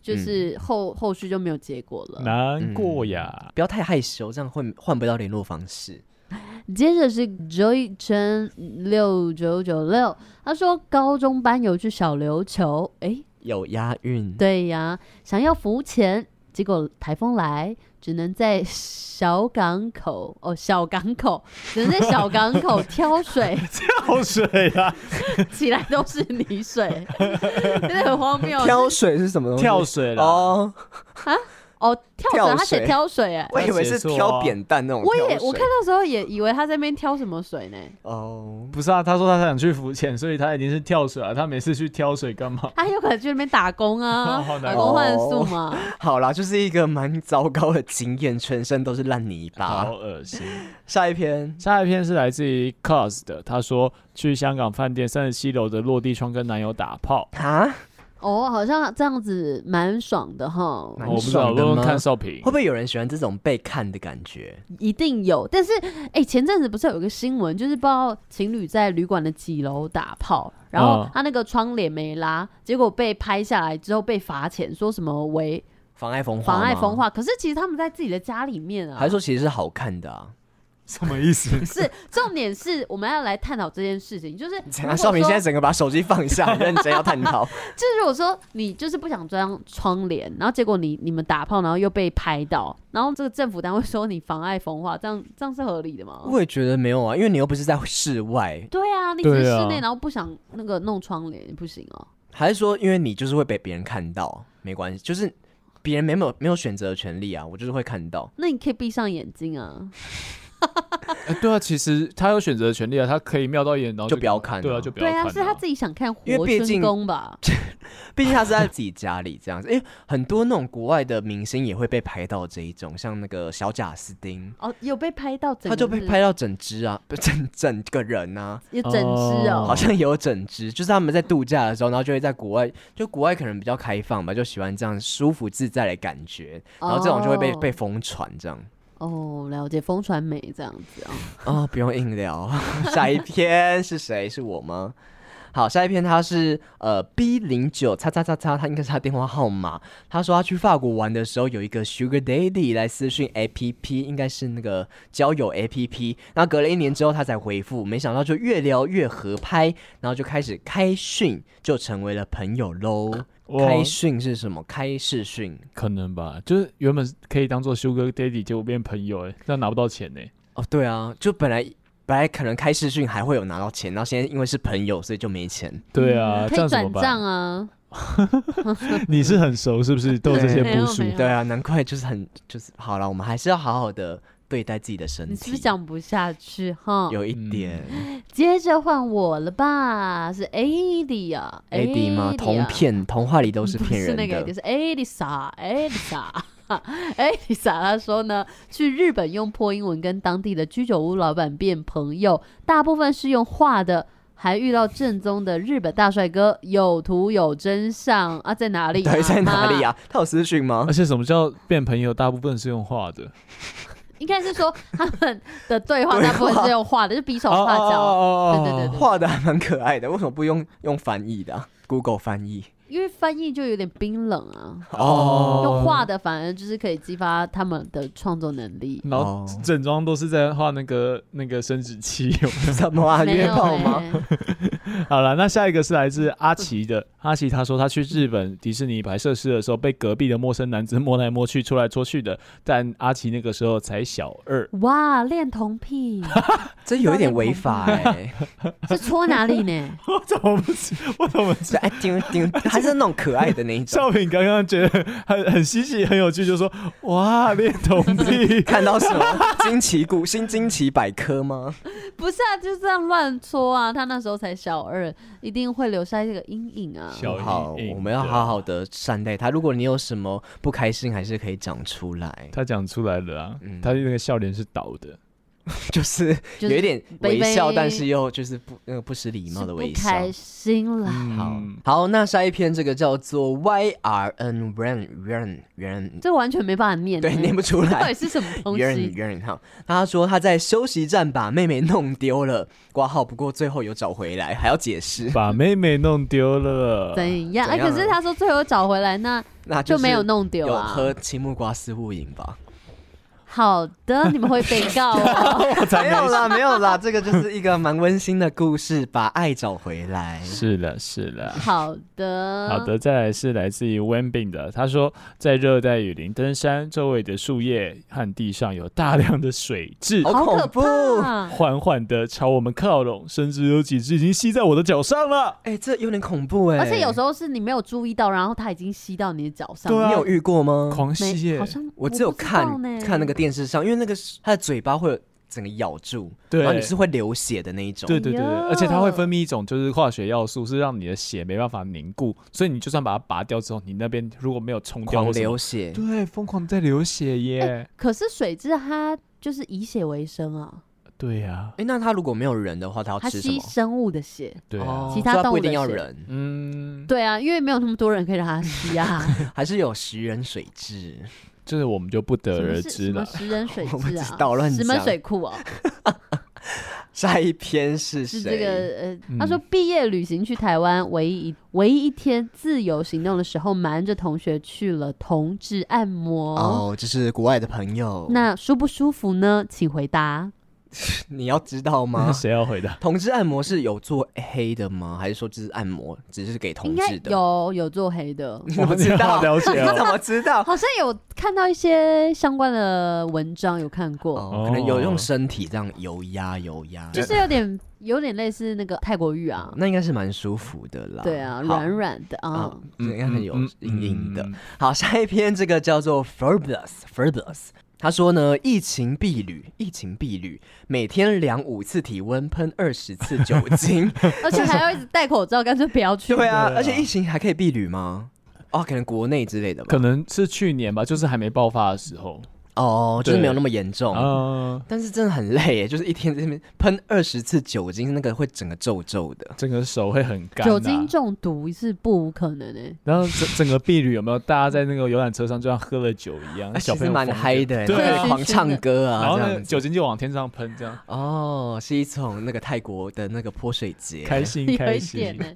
S4: 就是后、后续就没有结果了。
S2: 难过呀，
S3: 不要太害羞，这样会换不到联络方式。
S4: 接着是 Joy Chen 六九九六，他说高中班有去小琉球，哎、
S3: 有押韵，
S4: 对呀，想要浮潜，结果台风来，只能在小港口哦，小港口只能在小港 口挑水，
S2: 跳嗯水啊啦，
S4: 起来都是泥水， 真的很荒谬。
S3: 挑水是什么东西？
S2: 跳水啦。
S3: 哦，
S4: 哦，跳
S3: 跳
S4: 水，他写
S3: 水
S4: 挑水哎、
S3: 我以为是
S2: 啊
S3: 挑扁担那种。
S4: 我也
S3: 挑水
S4: 我看到时候也以为他在那边挑什么水呢，
S3: 哦，
S2: 不是啊，他说他想去浮潜，所以他一定是跳水啊。他每次去挑水干嘛？
S4: 他有可能去那边打工啊，
S2: 好难
S4: 打
S3: 哦
S4: 工换宿嘛。
S3: 好啦，就是一个蛮糟糕的经验，全身都是烂泥
S2: 好
S3: 巴。
S2: 恶心。
S3: 下一篇，
S2: 下一篇是来自于 Cos 的，他说去香港饭店三十七楼的落地窗跟男友打炮。
S3: 啊，
S4: 哦，好像这样子蛮爽的哈，
S3: 蛮
S2: 我不知道，
S3: 爽的
S2: 问问
S3: 吗
S2: 看少平
S3: 会不。会有人喜欢这种被看的感觉？
S4: 一定有。但是哎、前阵子不是有一个新闻，就是不知道情侣在旅馆的几楼打炮，然后
S3: 哦
S2: 嗯
S4: 他那个窗帘没拉，结果被拍下来之后被罚钱，说什么违
S3: 妨碍风化？
S4: 妨碍风？化。可是其实他们在自己的家里面啊，
S3: 还是说其实是好看的啊？
S2: 什么意思？
S4: 是重点是我们要来探讨这件事情，就是
S3: 怎
S4: 如
S3: 样？
S4: 果
S3: 少平
S4: 说
S3: 现在整个把手机放下，很认真要探讨。
S4: 就是如果说你就是不想装窗帘，然后结果你你们打炮，然后又被拍到，然后这个政府单位说你妨碍风化，这样这样是合理的吗？
S3: 我也觉得没有啊，因为你又不是在室外，
S4: 对啊，你只是
S2: 对啊
S4: 室内，然后不想那个弄窗帘，不行哦、
S3: 还是说因为你就是会被别人看到，没关系，就是别人没有没有选择的权利啊，我就是会看到。
S4: 那你可以闭上眼睛啊。
S2: 哎对啊，其实他有选择权利啊，他可以瞄到眼，然后
S3: 就不要看啊
S2: 对啊，就不要
S4: 对
S2: 看。
S4: 啊，是他自己想看
S3: 因
S4: 活
S3: 为毕
S4: 春
S3: 竟
S4: 宫吧？
S3: 毕竟他是在自己家里这样子，因为很多那种国外的明星也会被拍到这一种，像那个小贾斯汀，
S4: 哦，有被拍到整，
S3: 他就被拍，到整只啊， 不整整个人啊，
S4: 有整只
S2: 哦
S3: 好
S4: 哦。
S3: 像有整只， 就是他们在度假的时候，然后就会在国外，就国外可能比较开放吧，就喜欢这样舒服自在的感觉，然后这种就会被、
S4: 哦
S3: 被疯传这样。
S4: 哦，了解，风传媒这样子啊。
S3: 哦，不用硬聊， 下一篇是谁？是我吗？好，下一篇他是呃 B 零九叉叉叉叉，他应该是他电话号码。他说他去法国玩的时候，有一个 Sugar Daddy 来私讯 APP，应该是那个交友 APP。然后隔了一年之后，他才回复，没想到就越聊越合拍，然后就开始开训，就成为了朋友喽。
S2: 哇
S3: 开训是什么？开视讯
S2: 可能吧，就是原本可以当做 Sugar Daddy，结果变朋友、哎，那拿不到钱呢、
S3: 哦，对啊，就本来本来可能开视讯还会有拿到钱，然后现在因为是朋友，所以就没钱。
S2: 对啊，这
S4: 嗯可
S2: 样
S4: 以
S2: 怎么
S4: 转账
S2: 办？
S4: 啊。
S2: 你是很熟是不是？都有这些
S4: 没有
S2: 部署
S4: 没有
S3: 对啊，难怪就是很就是好了，我们还是要好好的对待自己的身体。
S4: 你是不是讲不下去哈？
S3: 有一点、
S4: 接着换我了吧？是 AD 啊
S3: AD 吗？
S4: AD 啊
S3: 同片童话里都 是
S4: 不
S3: 骗人
S4: 那个 AD，
S3: 的。
S4: 是 AD 傻 AD 傻。哎，Lisa 她说呢，去日本用破英文跟当地的居酒屋老板变朋友，大部分是用画的，还遇到正宗的日本大帅哥，有图有真相啊，在哪里、啊？
S3: 对，在哪里
S4: 啊？
S3: 啊？他有私讯吗
S2: 而？且什么叫变朋友？大部分是用画的，
S4: 应该是说他们的对话大部分是用画的，就比手
S2: 哦
S4: 画脚。
S2: 哦
S4: 对对对对
S3: 画的还蛮可爱的，为什么不用用翻译的啊、g o o g l e 翻译
S4: 因为翻译就有点冰冷啊，
S2: 哦
S4: 用画的反而就是可以激发他们的创作能力。
S2: 然后
S3: 哦
S2: 整装都是在画那个那个生殖器。
S3: 什么啊？
S4: 没
S3: 约
S4: 有
S3: 炮吗？
S4: 欸？
S2: 好了，那下一个是来自阿奇的。阿奇他说他去日本迪士尼拍摄施的时候，被隔壁的陌生男子摸来摸去、戳来戳去的。但阿奇那个时候才小 二，
S4: 哇，恋童癖
S3: 这有一点违法哎、
S4: 是戳哪里呢？
S2: 我怎么不知？我怎么知？
S3: 是哎丢丢，还是那种可爱的那一种。！”
S2: 少平刚刚觉得很很稀奇、很有趣，就说：“哇，恋童癖
S3: 看到什么惊奇故新惊奇百科吗？
S4: 不是啊，就这样乱戳啊！他那时候才小二，一定会留下一个阴影啊。
S2: 小
S3: 好
S2: 阴，影
S3: 我们要
S2: 对啊
S3: 好好的善待他。如果你有什么不开心，还是可以讲出来，
S2: 他讲出来了啊，
S3: 嗯
S2: 他那个笑脸是倒的。
S3: 就是
S4: 就
S3: 有
S4: 是
S3: 一点微
S4: 卑
S3: 笑，
S4: 微
S3: 但是又就是不那个不失礼
S4: 是
S3: 貌的
S4: 不
S3: 微笑。
S4: 开心啦。
S3: 好
S2: 嗯
S3: 好，那下一篇这个叫做 Y R N Run Run Run，
S4: 这完全没办法念，
S3: 对，念不出
S4: 到
S3: 来
S4: 底。是什么东
S3: Run
S4: 西？
S3: Run 哈，那他说他在休息站把妹妹弄丢了，挂号，不过最后有找回来，还要解释。
S2: 把妹妹弄丢了。
S4: 怎样？哎，
S3: 怎样
S4: 可是他说最后找回来，那
S3: 那
S4: 就是没有弄丢
S3: 有
S4: 啊。
S3: 喝青木瓜丝雾饮吧？
S4: 好 的，你们会被告哦。
S3: 没有 啦，没有啦，这个就是一个蛮温馨的故事，把爱找回来。
S2: 是的，是的。
S4: 好的，
S2: 好的，再来是来自于 Wenbin 的，他说在热带雨林登山，周围的树叶和地上有大量的水蛭，
S4: 好可
S3: 恐怖
S4: 怕。
S2: 缓缓的朝我们靠拢，甚至有几只已经吸在我的脚上了。
S3: 哎、这有点恐怖哎、
S4: 而且有时候是你没有注意到，然后它已经吸到你的脚上。
S2: 对啊
S3: 你有遇过吗？
S2: 狂
S4: 没
S2: 吸耶
S4: 好！像
S3: 我只有
S4: 不知
S3: 看
S4: 道呢
S3: 看那个电视上，因为那个是它的嘴巴会有整个咬住，
S2: 对
S3: 啊然后你是会流血的那一种。
S2: 对对对对，
S4: 哎
S2: 而且它会分泌一种就是化学要素，是让你的血没办法凝固，所以你就算把它拔掉之后，你那边如果没有冲掉
S3: 狂
S2: 或什么，
S3: 流血。哎
S2: 对，疯狂在流血耶。
S4: 可是水蛭它就是以血为生啊，
S2: 对呀
S3: 哎、，那它如果没有人的话，它要
S4: 它
S3: 哦吃什
S4: 吸
S3: 么？
S4: 生物的血。
S2: 对
S3: 哦
S2: 啊，
S4: 其他
S3: 所以它
S4: 动物
S3: 不一定
S4: 的
S3: 要
S4: 血
S3: 人，
S2: 嗯，
S4: 对啊，因为没有那么多人可以让它吸啊。
S3: 还是有食人水蛭。
S2: 这我们就不得
S4: 什么
S2: 而
S4: 是
S2: 知
S4: 什么
S2: 了。
S4: 食人水
S3: 我不
S4: 蛭
S3: 知道乱
S4: 啊？石门
S3: 讲
S4: 水库哦，
S3: 下一篇是谁？
S4: 是这个呃，
S2: 嗯
S4: 他说毕业旅行去台湾，唯一一唯一一天自由行动的时候，瞒着同学去了同志按摩。
S3: 哦，就是国外的朋友。
S4: 那舒不舒服呢？请回答。
S3: 你要知道吗
S2: 那？谁要回 答？
S3: 同志按摩是有做黑的吗？还是说就是按摩只是给同
S4: 应
S3: 志
S4: 该
S3: 的？，
S4: 有有做黑的，
S3: 你怎么知
S2: 哇
S3: 道？
S2: 你好了解哦
S3: 你 怎么知道？
S4: 好像有看到一些相关的文章，有看过，
S3: 哦，可能有用身体这样油压油压，
S4: 就是有点有点类似那个泰国浴啊，
S3: 那应该是蛮舒服的啦。
S4: 对啊，
S3: 嗯好
S4: 软软的啊
S3: 啊，，应该很有
S2: 嗯
S3: 硬硬的
S2: 嗯。
S3: 好，下一篇这个叫做 f e r b u s f e r b u s 他说呢，疫情避旅，疫情避旅，每天量五次体温，喷二十次酒 精。
S4: 而且还要一直戴口罩，干脆不要去。
S3: 对啊，
S2: 对啊
S3: 而且疫情还可以避旅吗？哦，可能国内之类的吧
S2: 可。能是去年吧，就是还没爆发的时候。
S3: 哦，就是没有
S2: 对
S3: 那么严重。
S2: 嗯，
S3: 但是真的很累耶，就是一天在那边喷二十次酒精，那个会整个皱皱的。
S2: 整个手会很干啊。
S4: 酒精中毒是不无可能的、
S2: 然后整整个避旅有没有？大家在那个游览车上就像喝了酒一样，啊小
S3: 哎
S2: 朋
S3: 其实
S2: 友
S3: 蛮
S2: 疯
S3: 嗨的耶，欸
S2: 对
S3: 然
S2: 啊
S3: 后狂唱歌
S2: 然
S3: 啊，
S2: 后
S3: 这
S2: 呢，
S3: 样
S2: 酒
S3: 子。
S2: 精就往天上喷，这样
S3: 哦，是一种那个泰国的那个泼水节。
S2: 开心
S4: 有
S2: 开
S4: 一
S2: 心
S4: 点。呢、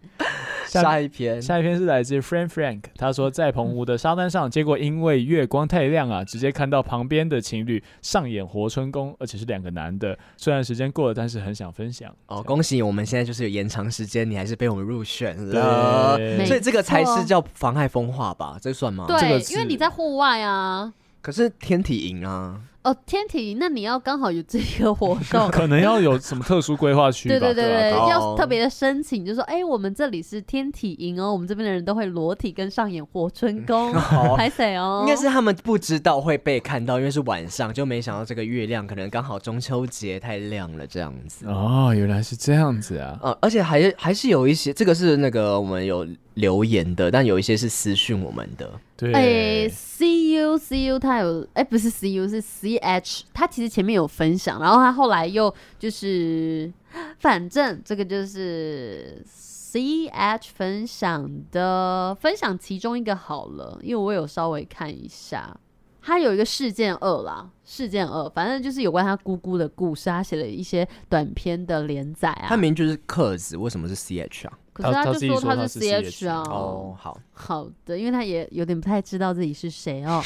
S3: 下一篇，
S2: 下一篇是来自 Frank Frank，他说在澎湖的沙滩上，结果因为月光太亮啊，直接看到旁边的情侣上演活春宫，而且是两个男的。虽然时间过了，但是很想分享。
S3: 哦，恭喜我们现在就是有延长时间，你还是被我们入选了，
S2: 对，
S4: 没
S3: 所以这个才
S4: 错
S3: 是叫妨害风化吧？哦这算吗？，
S2: 这个
S4: 对，
S2: 是
S4: 因为你在户外啊。
S3: 可是天体营啊，
S4: 哦，天体，那你要刚好有这个 活动，
S2: 可能要有什么特殊规划区吧？
S4: 对对对
S2: 吧
S4: 对，
S3: 哦
S4: 要特别的申请，就说哎、我们这里是天体营哦，我们这边的人都会裸体跟上演活
S2: 嗯
S4: 春 宫，拍谁哦？
S3: 应该是他们不知道会被看到，因为是晚上，就没想到这个月亮可能刚好中秋节太亮了这样子。
S2: 哦，原来是这样子啊！
S3: 呃，而且还还是有一些，这个是那个我们有留言的，但有一些是私讯我们的。
S2: 对，
S4: 哎，see you U C U 他有哎、不是 C U 是 C H，他其实前面有分享，然后他后来又就是 反正这个就是 C H 分享的分享其中一个好了，因为我有稍微看一下。他有一个事件二啦，事件二，反正就是有关他姑姑的故事，他写了一些短篇的连载啊。
S3: 他名就是 Curs，为什么是 CH 啊？
S4: 可是
S2: 他
S4: 就
S2: 他自己
S4: 说
S2: 说
S4: 他
S2: 他
S4: 是
S2: 是
S4: CH 啊。
S3: 哦，好，
S4: 好的，因为他也有点不太知道自己是谁哦。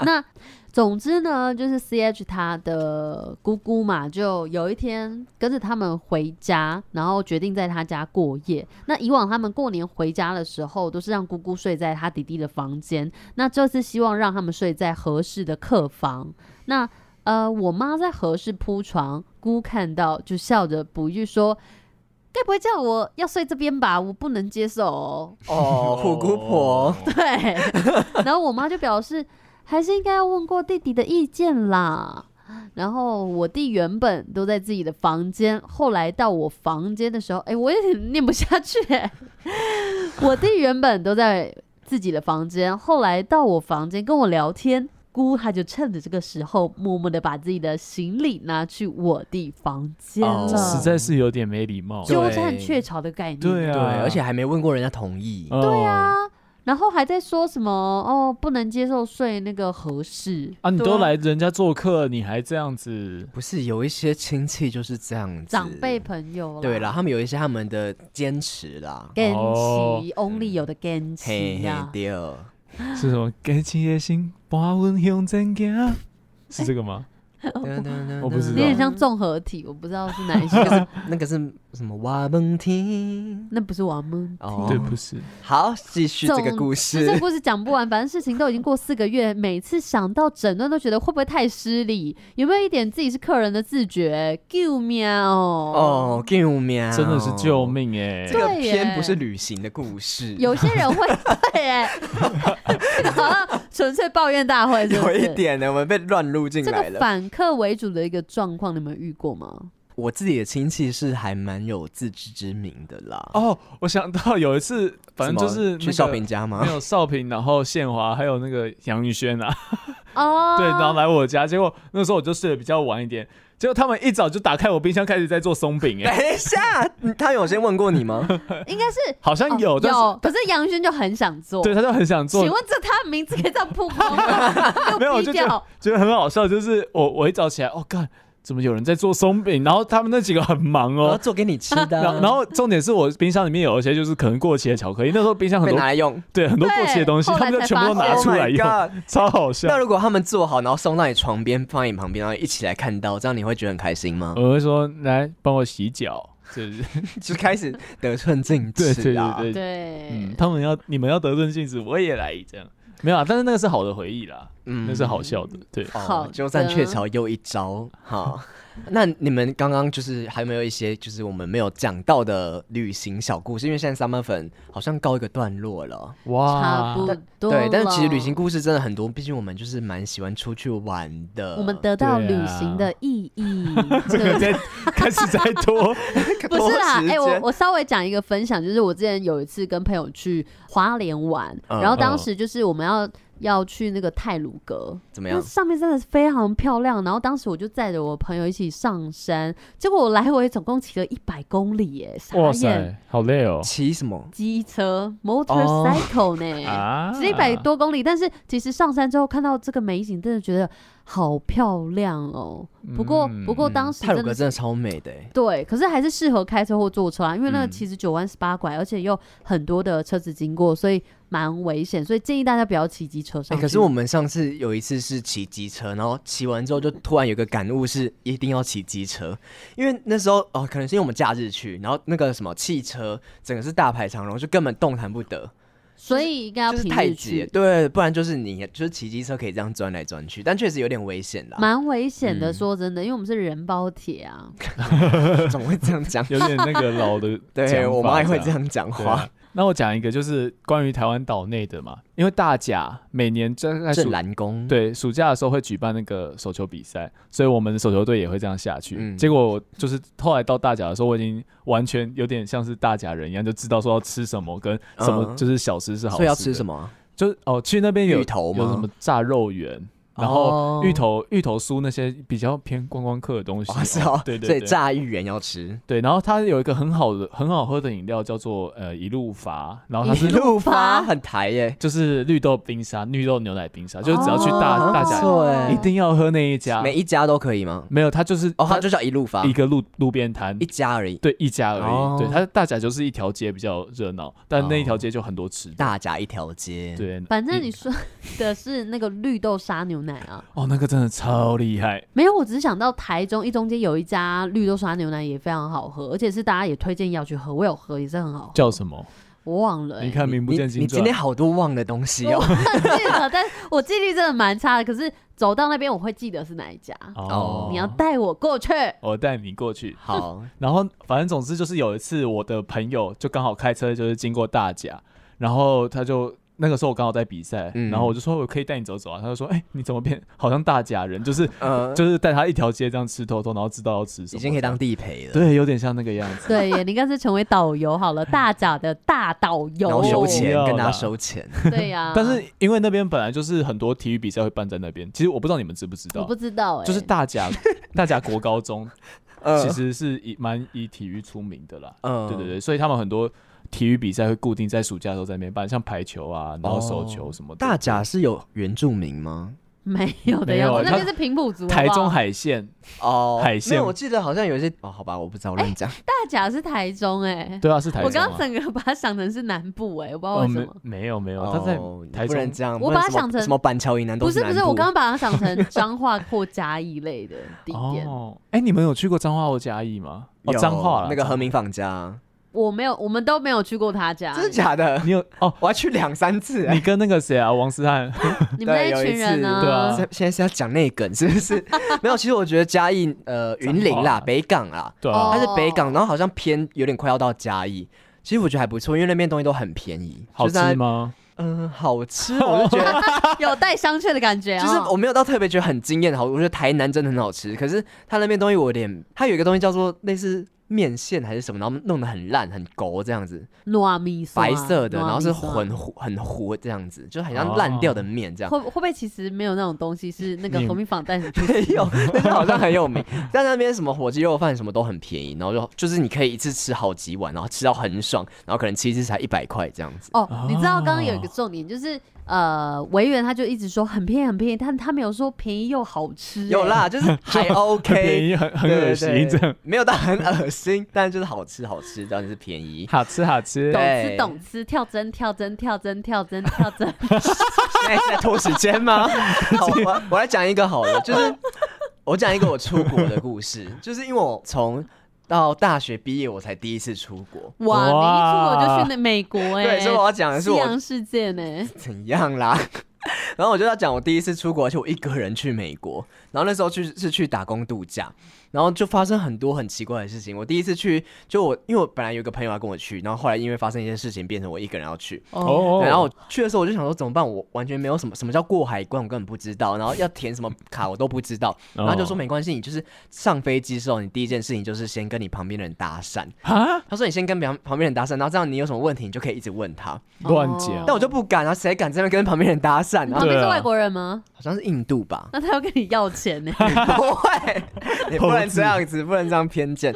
S4: 那总之呢，就是 C H 他的姑姑嘛，就有一天跟着他们回家，然后决定在他家过夜。那以往他们过年回家的时候，都是让姑姑睡在他弟弟的房间，那这次希望让他们睡在合适的客房。那呃，我妈在合适铺床，姑看到就笑着补一句说：“该不会叫我要睡这边吧？我不能接受哦。”
S3: 哦，虎姑婆，
S2: 啊
S4: 对， 然后我妈就表示，还是应该要问过弟弟的意见啦。然后我弟原本都在自己的房间，后来到我房间的时候，哎，我有点念不下去、 哎我弟原本都在自己的房间，后来到我房间跟我聊天，姑她就趁着这个时候，默默的把自己的行李拿去我弟房间了
S3: 哦，
S2: 这实在是有点没礼貌。
S4: 鸠占鹊巢的概念。
S2: 对啊，
S3: 对，而且还没问过人家同意。
S2: 对啊，
S4: 然后还在说什么哦，不能接受睡那个合适，
S2: 啊，你都来人家做客，你还这 样子，
S3: 不是有一些亲戚就是这样子，
S4: 长辈朋友啦
S3: 对啦，，他们有一些他们的坚持啦，
S4: 感
S2: 哦
S4: 情 only 有的感
S3: 嗯嘿
S4: 情
S3: 嘿
S4: 呀，
S3: 对，
S2: 是什么？感情的 心，把阮向前行，是这个吗？我不知
S4: 有
S2: 道
S4: 点像综合体，我不知道是哪一些，
S3: 那个是什么蛙蹦听。
S4: 那不是我们。
S3: 哦
S2: 对，不是。
S3: 好，继续这个
S4: 总
S3: 故
S4: 之这个。
S3: 事
S4: 故事讲不完，反正事情都已经过四个月，每次想到整段都觉得会不会太失礼，有没有一点自己是客人的自觉？救命哦！
S3: 哦，救命！
S2: 真的是救！命哎、
S3: 这个
S4: 对耶
S3: 偏不是旅行的故事，
S4: 有些人会对， 哎，这个 好像纯粹抱怨大会，是不
S3: 有
S4: 是
S3: 一点呢，我们被乱入进
S4: 这
S3: 来
S4: 个
S3: 了。
S4: 反客为主的一个状况，你们有遇过吗？
S3: 我自己的亲戚是还蛮有自知之明的啦。
S2: 哦，我想到有一次，反正就
S3: 什
S2: 是、
S3: 么
S2: 那个、
S3: 去少平家吗
S2: 没？有少平，然后宪华还有那个杨宇轩啊，
S4: 哦，
S2: 对，然后来我家，结果那时候我就睡得比较晚一点，结果他们一早就打开我冰箱开始在做松饼、哎，
S3: 等一下，嗯他有先问过 你吗？
S4: 应该是
S2: 好像有，
S4: 哦
S2: 但是
S4: 有，可是杨轩就很想做。
S2: 对，他就很想做
S4: 请，问这他的名字可以这样曝光吗？
S2: 没有，我
S4: 又
S2: 就
S4: 低
S2: 觉得
S4: 调，
S2: 觉得很好笑，就是我我一早起来，哦，干，怎么有人在做松饼？然后他们那几个很忙
S3: 我要
S2: 哦。
S3: 做给你吃的啊。
S2: 然后，然后重点是我冰箱里面有一些就是可能过期的巧克力，那时候冰箱很
S3: 被
S2: 多
S3: 拿来用。
S2: 对很多
S4: 对
S2: 过期的东西，
S4: 后来
S2: 他们就
S4: 才
S2: 全部都
S4: 发
S2: 拿
S4: 现
S2: 出来
S3: Oh
S2: 用
S3: my god
S2: 超好笑
S3: 那。如果他们做好，然后送到你床边，放在你旁边，然后一起来看到，这样你会觉得很开心吗？
S2: 我会说来帮我洗脚，是不是？
S3: 就开始得寸 进
S2: 对对
S3: 尺
S2: 对
S3: 啊！
S2: 对，
S4: 对
S2: 嗯，，他们要你们要得寸进尺，我也来这样。没有啊，但是那个是好的回忆啦，
S3: 嗯
S2: 那是好笑的。对，
S3: 哦
S4: 好，
S3: 鸠占鹊
S4: 的
S3: 巢又一招哈。 那你们刚刚就是还有没有一些就是我们没有讲到的旅行小故事？因为现在三八粉好像告一个段落了，
S4: 差不多了。
S3: 对。但是其实旅行故事真的很多，毕竟我们就是蛮喜欢出去玩的。
S4: 我们得到
S2: 对
S4: 旅
S2: 啊
S4: 行的意义，
S2: 这个在开始在拖，
S4: 不是啦，
S3: 哎、
S4: 哎、我我稍微讲一个分享，就是我之前有一次跟朋友去花莲玩，
S3: 嗯
S4: 然后当时就是我们要要去那个泰鲁阁，
S3: 怎么
S4: 那
S3: 样？
S4: 上面真的是非常漂亮。然后当时我就载着我朋友一起上山，结果我来回总共骑了一百公里耶，傻
S2: 哇
S4: 眼！
S2: 塞，好累哦
S3: 骑什么？
S4: 机车 motorcycle 呢？
S3: 哦
S2: 啊！？
S4: 只一百，多公里，但是其实上山之后看到这个美景，真的觉得好漂亮哦。不过，不过当时
S3: 嗯泰鲁
S4: 真
S3: 格
S4: 的
S3: 真的超美的、欸，
S4: 对，可是还是适合开车或坐车啊，因为那个
S3: 嗯
S4: 其实九弯十八拐，而且又很多的车子经过，所以蛮危险，所以建议大家不要骑机车
S3: 哎、
S4: 上去。
S3: 可是我们上次有一次是骑机车，然后骑完之后就突然有个感悟是一定要骑机车，因为那时候哦，可能是因为我们假日去，然后那个什么汽车整个是大排长龙，就根本动弹不得，
S4: 所以应该要
S3: 就是
S4: 平
S3: 太
S4: 日
S3: 挤了。
S4: 去，
S3: 对，不然就是你就是骑机车可以这样钻来钻去，但确实有点危险啦。
S4: 蛮危险的。
S3: 嗯
S4: 说真的，因为我们是人包铁啊。
S3: 怎么会这样讲
S2: 有点那个老的讲法，
S3: 对我妈也会
S2: 这
S3: 这
S2: 样。
S3: 样讲
S2: 对
S3: 话
S2: 啊。那我讲一个，就是关于台湾岛内的嘛，因为大甲每年大概暑
S3: 正蓝宫，
S2: 对暑假的时候会举办那个手球比赛，所以我们的手球队也会这样下去。
S3: 嗯
S2: 结果我就是后来到大甲的时候，我已经完全有点像是大甲人一样，就知道说要吃什么跟什么，
S3: 嗯
S2: 就是小吃是好吃的。
S3: 所以要吃什么啊？
S2: 就是哦，去那边有
S3: 芋头吗
S2: 有什么炸肉圆，然
S3: 哦
S2: 后芋头、芋头酥那些比较偏观光客的东西。
S3: 哦，是哦，
S2: 对对
S3: 所
S2: 对，
S3: 以炸芋圆要 吃。
S2: 对，然后它有一个很好的、很好喝的饮料，叫做呃一路伐，然后它
S3: 一
S2: 是
S3: 路
S4: 发
S3: 发很台耶，
S2: 就是绿豆冰沙、绿豆牛奶冰沙，就是只要去大、
S3: 哦
S2: 大
S3: 很
S2: 家
S3: 不错哎
S2: 一定要喝那一家，
S3: 每一家都可以吗？
S2: 没有它就是
S3: 哦，它就叫一路发
S2: 一，个路路边摊
S3: 一，家而已，
S2: 对一家而已。
S3: 哦
S2: 对，它大甲就是一条街比较热闹，但那一条街就很多吃的。
S3: 大甲一条街。
S2: 对，
S4: 反正你说的是那个绿豆沙牛奶 啊，
S2: 哦，那个真的超厉害，
S4: 没有，我只是想到台中一中街有一家绿豆沙牛奶也非常好喝，而且是大家也推荐要去喝，我有喝也是很好喝，
S2: 叫什么？
S4: 我忘了、欸，
S2: 你看名不
S3: 你
S2: 见
S3: 你
S2: 经
S3: 今
S2: 传
S3: 天。好多忘的东西
S4: 我
S3: 哦。
S4: 忘记了，但我记忆力真的蛮差的。可是走到那边我会记得是哪一家。
S3: 哦
S4: 你要带我过 去，
S2: 我带你过去。
S3: 好，
S2: 然后反正总之就是有一次，我的朋友就刚好开车就是经过大甲，然后他就那个时候我刚好在比赛，
S3: 嗯
S2: 然后我就说我可以带你走走啊，他就说哎、你怎么变好像大甲人，就是、
S3: 呃，
S2: 就是带他一条街这样吃透透，然后知道要吃什
S3: 已
S2: 么，
S3: 经可以当地陪了。
S2: 对，有点像那个样子。
S4: 对耶，你应该是成为导游 好了，大甲的大导游。
S3: 然后收钱
S2: 不要，啦
S3: 跟他收钱。
S4: 对呀、
S2: 但是因为那边本来就是很多体育比赛会办在那边，其实我不知道你们知不知
S4: 我
S2: 道
S4: 不，知道哎、
S2: 就是大 甲大甲国高 中
S3: 呃
S2: 其实是以蛮以体育出名的啦。
S3: 嗯
S2: 对对对，所以他们很多体育比赛会固定在暑假的时候在那边办，像排球啊，然后手
S4: 哦
S2: 球什么的。
S3: 大甲是有原住民吗？
S4: 没有的
S2: 没有啊
S4: 样子，那
S2: 他
S4: 边是平埔族，
S2: 台
S4: 好不
S2: 中
S4: 好
S2: 海线，
S3: 哦
S2: 海鲜哎
S3: 没有我记得好像有一些哦，好吧，我不知道，我乱讲。
S4: 大甲是台中哎、
S2: 对啊，是台
S4: 我
S2: 中、
S4: 刚刚
S2: 啊。
S4: 整个把它想成是南部哎、我不知道
S2: 哦，
S4: 为什
S2: 没
S4: 么。
S2: 没有没有，他在
S3: 哦
S2: 台
S3: 不能
S2: 中。
S3: 这样，
S4: 我
S3: 不
S4: 把
S3: 能
S4: 它
S3: 什么
S4: 想成
S3: 什么板桥以南都
S4: 不是不
S3: 南
S4: 是，
S3: 部
S4: 我刚刚把它想成彰化或嘉义类的 地点。
S2: 哦，哎，你们有去过彰化或嘉义吗？哦，
S3: 有
S2: 彰化啦
S3: 那个
S2: 彰
S3: 和民坊
S4: 啊
S3: 家，
S4: 我没有，我们都没有去过他家、
S3: 真的假的？
S2: 你有哦？
S3: 我要去两 三次。哎
S2: 你跟那个谁啊，王思翰，
S4: 欸你们那
S3: 对有一
S4: 群人呢、
S3: 次
S2: 对啊
S3: 现现在是要讲内梗是不 是？没有，其实我觉得嘉义呃云林
S2: 彰
S3: 啦，
S2: 化
S3: 北港啦，
S2: 对啊
S4: 哦
S3: 它，是北港，然后好像偏有点快要到嘉义。其实我觉得还不错，因为那边东西都很便宜，
S2: 好
S3: 就是它
S2: 吃？吗？
S3: 嗯、好吃，我就觉 得
S4: 有带商榷的感觉啊。
S3: 就是我没有到特别觉得很惊艳，好，我觉得台南真的很好吃，可是它那边东西我有点，它有一个东西叫做类似面线还是什么，然后弄得很烂很勾这样子，
S4: 糯米蒜
S3: 白色
S2: 哦
S3: 的，然后是。
S4: 糯米
S3: 很糊很糊这样子，就很像烂掉的面这
S4: 蒜
S3: 样。
S4: 会会不会其实没有那种东西是那个
S2: 你
S4: 和平坊带你去
S3: 没
S4: 吃？
S3: 有，但是好像很有名。但那边什么火鸡肉饭什么都很便宜，然后就就是你可以一次吃好几碗，然后吃到很爽，然后可能吃一次才一百块这样子。
S4: 哦，你知道刚刚有一个重点就是，呃，维园他就一直说很便宜很便宜，但他没有说便宜又好吃、欸
S3: 有，啦，就是 还 OK，
S2: 啊很便宜，很很
S3: 对
S2: 恶
S3: 对
S2: 心，
S3: 对
S2: 这样
S3: 没有到很恶心，但就是好吃好吃，当然是便宜。
S2: 好吃好吃
S4: 懂。
S3: 对
S4: 吃懂吃，跳针跳针跳针跳针跳 针，
S3: 现在是在拖时间 吗？好，我我来讲一个好了，就是我讲一个我出国的故事，就是因为我从到大学毕业我才第一次出国，
S4: 哇！你一出国就去那美国哎、
S3: 对，所以我要讲的是
S4: 西
S3: 我
S4: 洋世界呢、
S3: 怎样啦？ 然后我就要讲我第一次出国，而且我一个人去美国，然后那时候去是去打工度假，然后就发生很多很奇怪的事情。我第一次去，就我因为我本来有一个朋友要跟我去，然后后来因为发生一些事情，变成我一个人要去。
S4: 哦，
S2: 哦，
S3: 对然后我去的时候我就想说怎么办？我完全没有什么什么叫过海关，我根本不知道，然后要填什么卡我都不知道。然后就说没关系，你就是上飞机之后，你第一件事情就是先跟你旁边的人搭讪。
S2: 啊，
S3: 他说你先跟旁旁边人搭讪，然后这样你有什么问题你就可以一直问他。
S2: 乱
S4: 哦
S2: 讲
S3: 但我就不敢啊，谁敢这边跟旁边人搭讪
S4: 你
S3: 啊
S4: 旁？边
S2: 对
S4: 是
S2: 啊
S4: 外国人吗？？
S3: 好像是印度吧
S4: 那他要跟你要钱呢、
S3: 不会，你不能这样 子，不能这样偏见。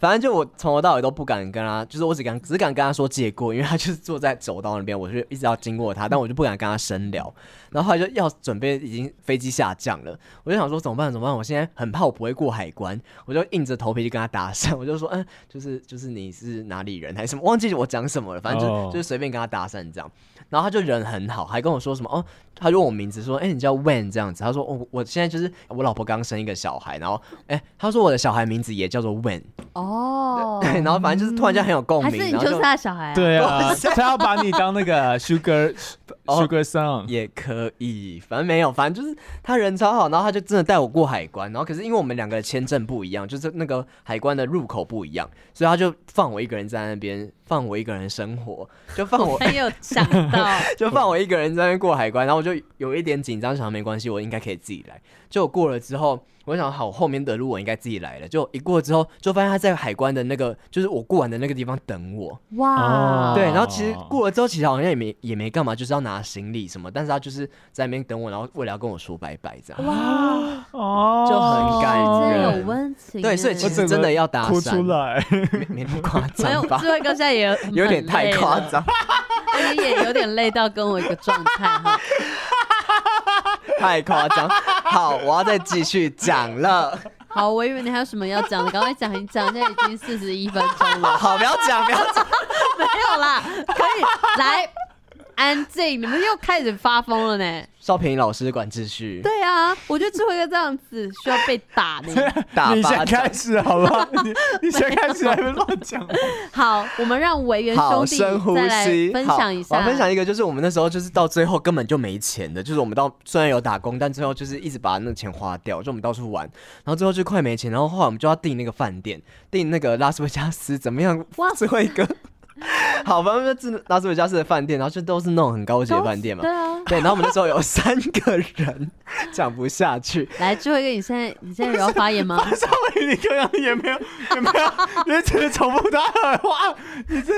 S3: 反正就我从头到尾都不敢跟他，就是我只敢只敢跟他说借过，因为他就是坐在走道那边，我就一直要经过他，但我就不敢跟他深聊。然后后来就要准备已经飞机下降了，我就想说怎么办怎么办？我现在很怕我不会过海关，我就硬着头皮去跟他搭讪， 我就说嗯，就是就是你是哪里人还是什么，忘记我讲什么了，反正就是、
S2: 哦
S3: 就是随便跟他搭讪这样。然后他就人很好，还跟我说什么哦，他就问我名字说，哎、你叫 Wen 这样子。他说，哦，我现在就是我老婆刚生一个小孩，然后哎、他说我的小孩名字也叫做 Wen，、
S4: 哦，
S3: 对， 然后反正就是突然间很有共
S4: 还
S3: 鸣，
S4: 是你
S3: 然
S4: 就
S3: 后
S4: 是他的小孩、啊？
S2: 对 啊，他要把你当那个 sugar
S3: 哦
S2: sugar son，
S3: 也可以，反正没有，反正就是他人超好，然后他就真的带我过海关，然后可是因为我们两个的签证不一样，就是那个海关的入口不一样，所以他就放我一个人在那边，放我一个人生活，就放我
S4: 他也有想到，
S3: 就放我一个人在那边过海关，然后我就有一点紧张，想没关系，我应该可以自己来。就过了之后，我想好后面的路我应该自己来了。就一过之后，就发现他在海关的那个，就是我过完的那个地方等我。
S4: 哇，
S2: 哦
S3: 对，然后其实过了之后，其实好像也没也没干嘛，就是要拿行李什么，但是他就是在那边等我，然后为了要跟我说拜拜这样。
S4: 哇，
S2: 哦
S3: 就很感
S4: 真
S3: 人
S4: 的有温情啊耶。
S3: 对所以其
S2: 我
S3: 实
S2: 整个
S3: 真的要搭
S2: 哭
S3: 讪
S2: 出来。
S3: 没没那么夸
S4: 没有
S3: 张吧
S4: 智？慧哥现在也
S3: 有
S4: 欸
S3: 点太夸
S4: 张。
S3: 张，
S4: 而且也有点累到跟我一个状态哈。
S3: 太夸张。好，我要再继续讲了。
S4: 好，我以为你还有什么要讲的，赶快讲一讲，现在已经四十一分钟了，
S3: 好，不要讲，不要 讲。
S4: 没有啦，可以来安静，你们又开始发疯了呢。
S3: 邵平老师管秩序，
S4: 对啊，我觉得智慧哥这样子需要被打呢。
S3: 打
S2: 你
S3: 巴
S2: 先
S3: 掌
S2: 开。始好不好？你你先开始，还没乱讲。
S4: 好，我们让维园
S3: 好，
S4: 兄弟
S3: 深呼
S4: 再来
S3: 吸。
S4: 分
S3: 好
S4: 享一
S3: 我
S4: 下，
S3: 要分享一个，就是我们那时候就是到最后根本就没钱的，就是我们到虽然有打工，但最后就是一直把那个钱花掉，就我们到处玩，然后最后就快没钱，然后后来我们就要订那个饭店，订那个拉斯维加斯怎么样？
S4: 哇
S3: 最后一个。 好，反正就是拉斯维加斯的饭店，然后就都是那种很高级的饭店嘛
S4: 对。啊。
S3: 对，然后我们那时候有三个人，讲不下去，
S4: 来，智慧哥，你现在你现在有要发言吗？
S2: 稍微你刚刚也没有也没有，你只是重复他的话，你这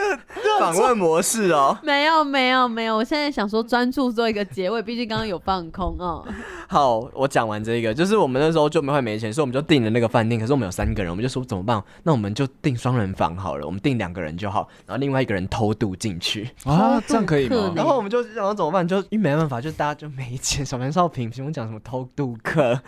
S3: 访问模式哦。
S4: 没有，没有，没有。我现在想说专注做一个结尾，毕竟刚刚有放空哦。
S3: 好，我讲完这个，就是我们那时候就没快没钱，所以我们就订了那个饭店。可是我们有三个人，我们就说怎么办？那我们就订双人房好了，我们订两个人就好，然后另外一个人偷渡进去。
S2: 啊，这样可以
S4: 客
S2: 吗
S4: 呢？
S3: 然后我们就想要怎么办？就因为没办法，就大家就没钱，小潘少平平我讲什么偷渡客。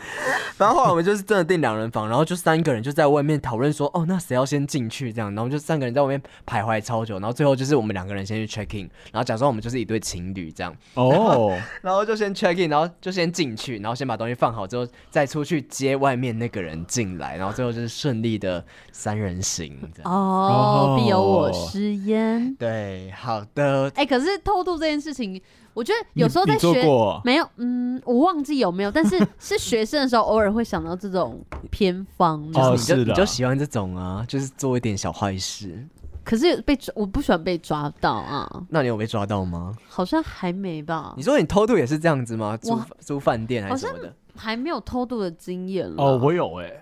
S3: 然后后来我们就是真的订两人房，然后就三个人就在外面讨论说，哦，那谁要先进去这样？然后就三个人在外面徘徊超久，然后最后就是我们两个人先去 check in，然后假装我们就是一对情侣这样。
S2: 哦，
S3: 然后就先 check in，然后就先进去，然后先把东西放好之后，再出去接外面那个人进来，然后最后就是顺利的三人行这样。
S4: 哦
S2: 哦，
S4: 必有我师焉。
S3: 对，好的，
S4: 哎、可是偷渡这件事情，我觉得有时候
S2: 你
S4: 在
S2: 你做
S4: 学
S2: 过
S4: 没有，嗯，我忘记有没有，但是 是学生的时候偶尔会想到这种偏方。
S2: 哦
S3: 就是你
S2: 是
S3: 就
S2: 的
S3: 你就喜欢这种啊，就是做一点小坏事。
S4: 可是被抓，我不喜欢被抓到啊，
S3: 那你有被抓到吗？
S4: 好像还没吧
S3: 你，说你偷渡也是这样子吗？租
S4: 我
S3: 租饭店还是什么的？
S4: 还没有偷渡的经验了。
S2: 哦，我有哎，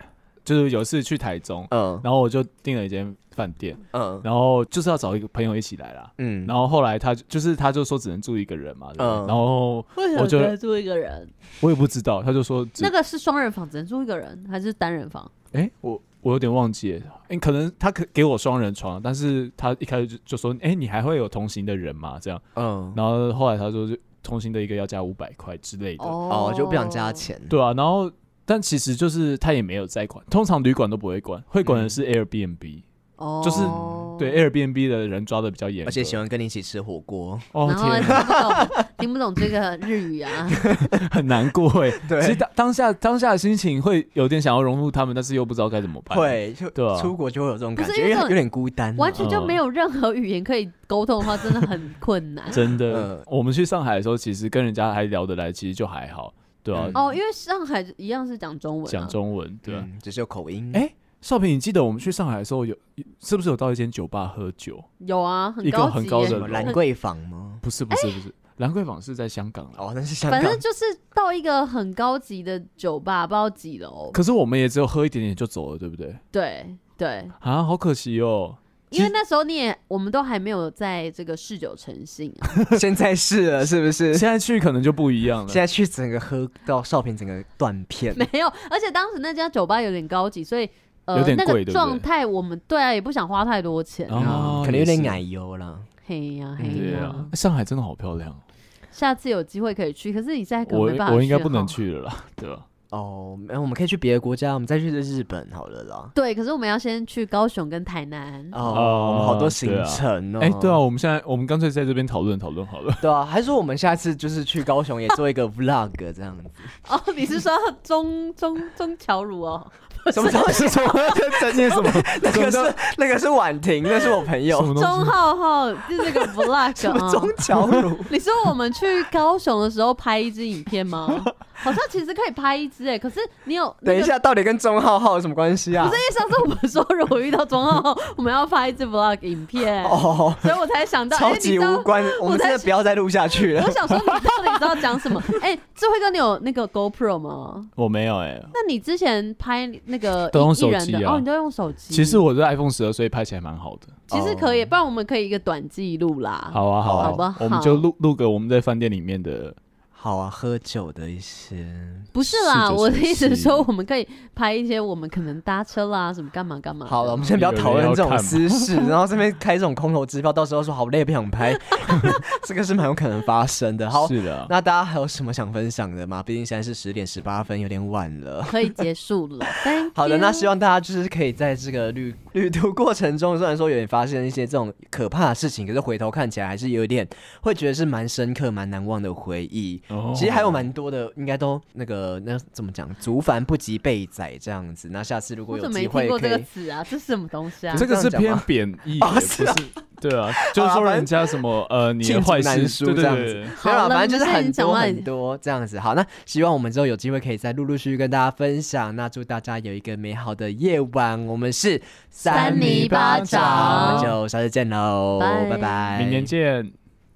S2: 就是有一次去台中，
S3: 嗯
S2: 然后我就订了一间饭店，
S3: 嗯
S2: 然后就是要找一个朋友一起来啦。
S3: 嗯，
S2: 然后后来他就就是他就说只能住一个人嘛，对不对
S3: 嗯
S2: 然后
S4: 为什
S2: 我
S4: 么只
S2: 就
S4: 能住一个人？
S2: 我也不知道，他就说只
S4: 那个是双人房，只能住一个人，还是单人房？
S2: 哎、我我有点忘记了，哎、可能他可给我双人床，但是他一开始就就说，哎、你还会有同行的人吗？这样，
S3: 嗯
S2: 然后后来他说，就同行的一个要加五百块之类的，
S4: 哦
S3: 哦，就不想加。钱。
S2: 对啊，然后但其实就是他也没有在管，通常旅馆都不会管，会管的
S3: 嗯
S2: 是 Airbnb，、
S4: 哦，
S2: 就是对哎 Airbnb 的人抓的比较严格，
S3: 而且喜欢跟你一起吃火锅，
S2: 哦
S4: 然后
S2: 天
S4: 还
S2: 啊，
S4: 听不懂，听不懂这个日语 啊。
S2: 很难过哎、
S3: 对
S2: 其实当当下当下的心情会有点想要融入他们，但是又不知道该怎么办，，
S3: 会就
S2: 对啊。
S3: 出国就会有这种感
S4: 不
S3: 觉，
S4: 是
S3: 因
S4: 因
S3: 为
S4: 为
S3: 有点孤单啊，
S4: 完全就没有任何语言可以沟通的话，真的很困 难
S2: 真的，
S3: 嗯
S2: 我们去上海的时候，其实跟人家还聊得来，其实就还好，对啊
S3: 嗯，
S4: 哦，因为上海一样是讲中文、啊，
S2: 讲中文，对啊。
S3: 嗯，只是有口音。
S2: 哎、少平，你记得我们去上海的时候有，是不是有到一间酒吧喝酒？
S4: 有啊，很
S2: 一个
S4: 高级
S2: 很高
S4: 耶
S2: 的
S3: 什么兰桂坊吗？
S2: 不是，不是，不是，兰桂坊是在香港啦。
S3: 哦，那是香港。
S4: 反正就是到一个很高级的酒吧，不知道几楼。
S2: 可是我们也只有喝一点点就走了，对不对？
S4: 对对，
S2: 啊，好可惜 哦。其
S4: 因为
S2: 实
S4: 那时候你也，我们都还没有在这个嗜酒成性、啊。
S3: 现在是了，是不是？
S2: 现在去可能就不一样了
S3: 现。在去整个喝到少平整个断片，
S4: 没有，而且当时那家酒吧有点高级，所以呃
S2: 有点
S4: 那
S2: 贵
S4: 个
S2: 对不对
S4: 状态，我们对啊也不想花太多钱。
S2: 哦
S3: 嗯可能有
S2: 也
S3: 点
S2: 是
S3: 奶油啦。
S4: 嘿呀
S3: 嗯
S4: 嘿
S2: 对
S4: 呀
S2: 啊，，上海真的好漂亮。
S4: 下次有机会可以去，可是你现在可
S2: 我
S4: 能没办法
S2: 我应该
S4: 去
S2: 不能
S4: 哈。
S2: 去了啦，对吧？
S3: 哦，没有，我们可以去别的国家，我们再去日本好了啦。
S4: 对，可是我们要先去高雄跟台南。
S3: 哦，
S2: 哦
S3: 我们好多行程哦。
S2: 哎、对啊，，我们现在我们干脆在这边讨论讨论好 了。
S3: 对啊，还是说我们下次就是去高雄也做一个 vlog 这样子？
S4: 哦，你是说中中中桥乳哦？
S3: 什么东西？
S2: 什么在在念什么？
S3: 那
S2: 什么
S3: 个是那个是婉婷，那是我朋
S2: 什
S3: 友
S2: 么。
S4: 钟
S2: 东西？
S4: 浩浩就是那个 vlog
S3: 什么
S4: 啊。
S3: 钟乔如？
S4: 你说我们去高雄的时候拍一支影片 吗？好像其实可以拍一支哎、可是你有、那
S3: 等
S4: 个
S3: 一，下，到底跟钟浩浩有什么关系啊
S4: 不是？因为上次我们说如果遇到钟浩浩，我们要拍一支 vlog 影片，
S3: 哦，
S4: 所以我才想到，哎
S3: 超
S4: 你
S3: 级
S4: 知道
S3: 无关，我们真的
S4: 在
S3: 不要再录下去 了
S4: 我。想说，你到底知道讲 什么？哎、智慧哥，你有那个 GoPro 吗？
S2: 我没有哎。
S4: 那你之前拍那个
S2: 都用
S4: 艺艺人
S2: 手机
S4: 的
S2: 啊
S4: 哦，你都用手机。
S2: 其实我是 iPhone 十二，所以拍起来蛮好的。
S4: 其实可以，不然我们可以一个短记录啦。
S2: 好啊，
S3: 哦嗯好
S2: 啊，
S4: 好不好
S2: 我们就录录个我们在饭店里面的。
S3: 好啊，喝酒的一些。
S4: 不是啦，
S2: 试着
S4: 我的意思
S2: 熟
S4: 是
S2: 悉
S4: 说，我们可以拍一些我们可能搭车啦，什么干嘛干嘛的。
S3: 好了，我们先不要讨论这种私 事，然后这边开这种空头支票，到时候说好累，不想 拍，这个是蛮有可能发生的。好，
S2: 是的啊，
S3: 那大家还有什么想分享的吗？毕竟现在是十点十八分，有点晚了。
S4: 可以结束 了。Thank
S3: 好的，
S4: you
S3: 那希望大家就是可以在这个旅旅途过程中，虽然说有点发现一些这种可怕的事情，可是回头看起来还是有点会觉得是蛮深刻、蛮难忘的回忆。
S2: 哦
S3: 其实还有蛮多的，应该都那个那怎么讲，族繁不及备载这样子。那下次如果
S4: 我
S3: 有
S4: 怎么
S3: 机
S4: 没听
S3: 会
S4: 过
S3: 可
S4: 这个
S3: 以，
S4: 词啊？这是什么东西啊
S3: 不？
S2: 这个是
S3: 这样讲
S2: 偏
S3: 吗
S2: 扁义的，
S3: 哦
S2: 不
S3: 是啊
S2: 是？对啊，就是
S3: 好
S2: 说
S3: 啦反
S2: 人家什么呃，你
S3: 罄
S2: 的
S3: 竹
S2: 坏
S3: 难
S2: 事，
S3: 书
S2: 对
S3: 这
S2: 对
S3: 样
S2: 对
S3: 子。，
S4: 好
S3: 没有啦，
S4: 了
S3: 反正就是
S4: 我们现在已
S3: 很
S4: 经讲
S3: 多
S4: 完
S3: 很多这样子。好，那希望我们之后有机会可以再陆陆续续跟大家分享。那祝大家有一个美好的夜晚。我们是
S4: 三
S2: 米巴掌
S3: 我们就下次见喽，
S4: 拜
S3: 拜拜，
S2: 明年见。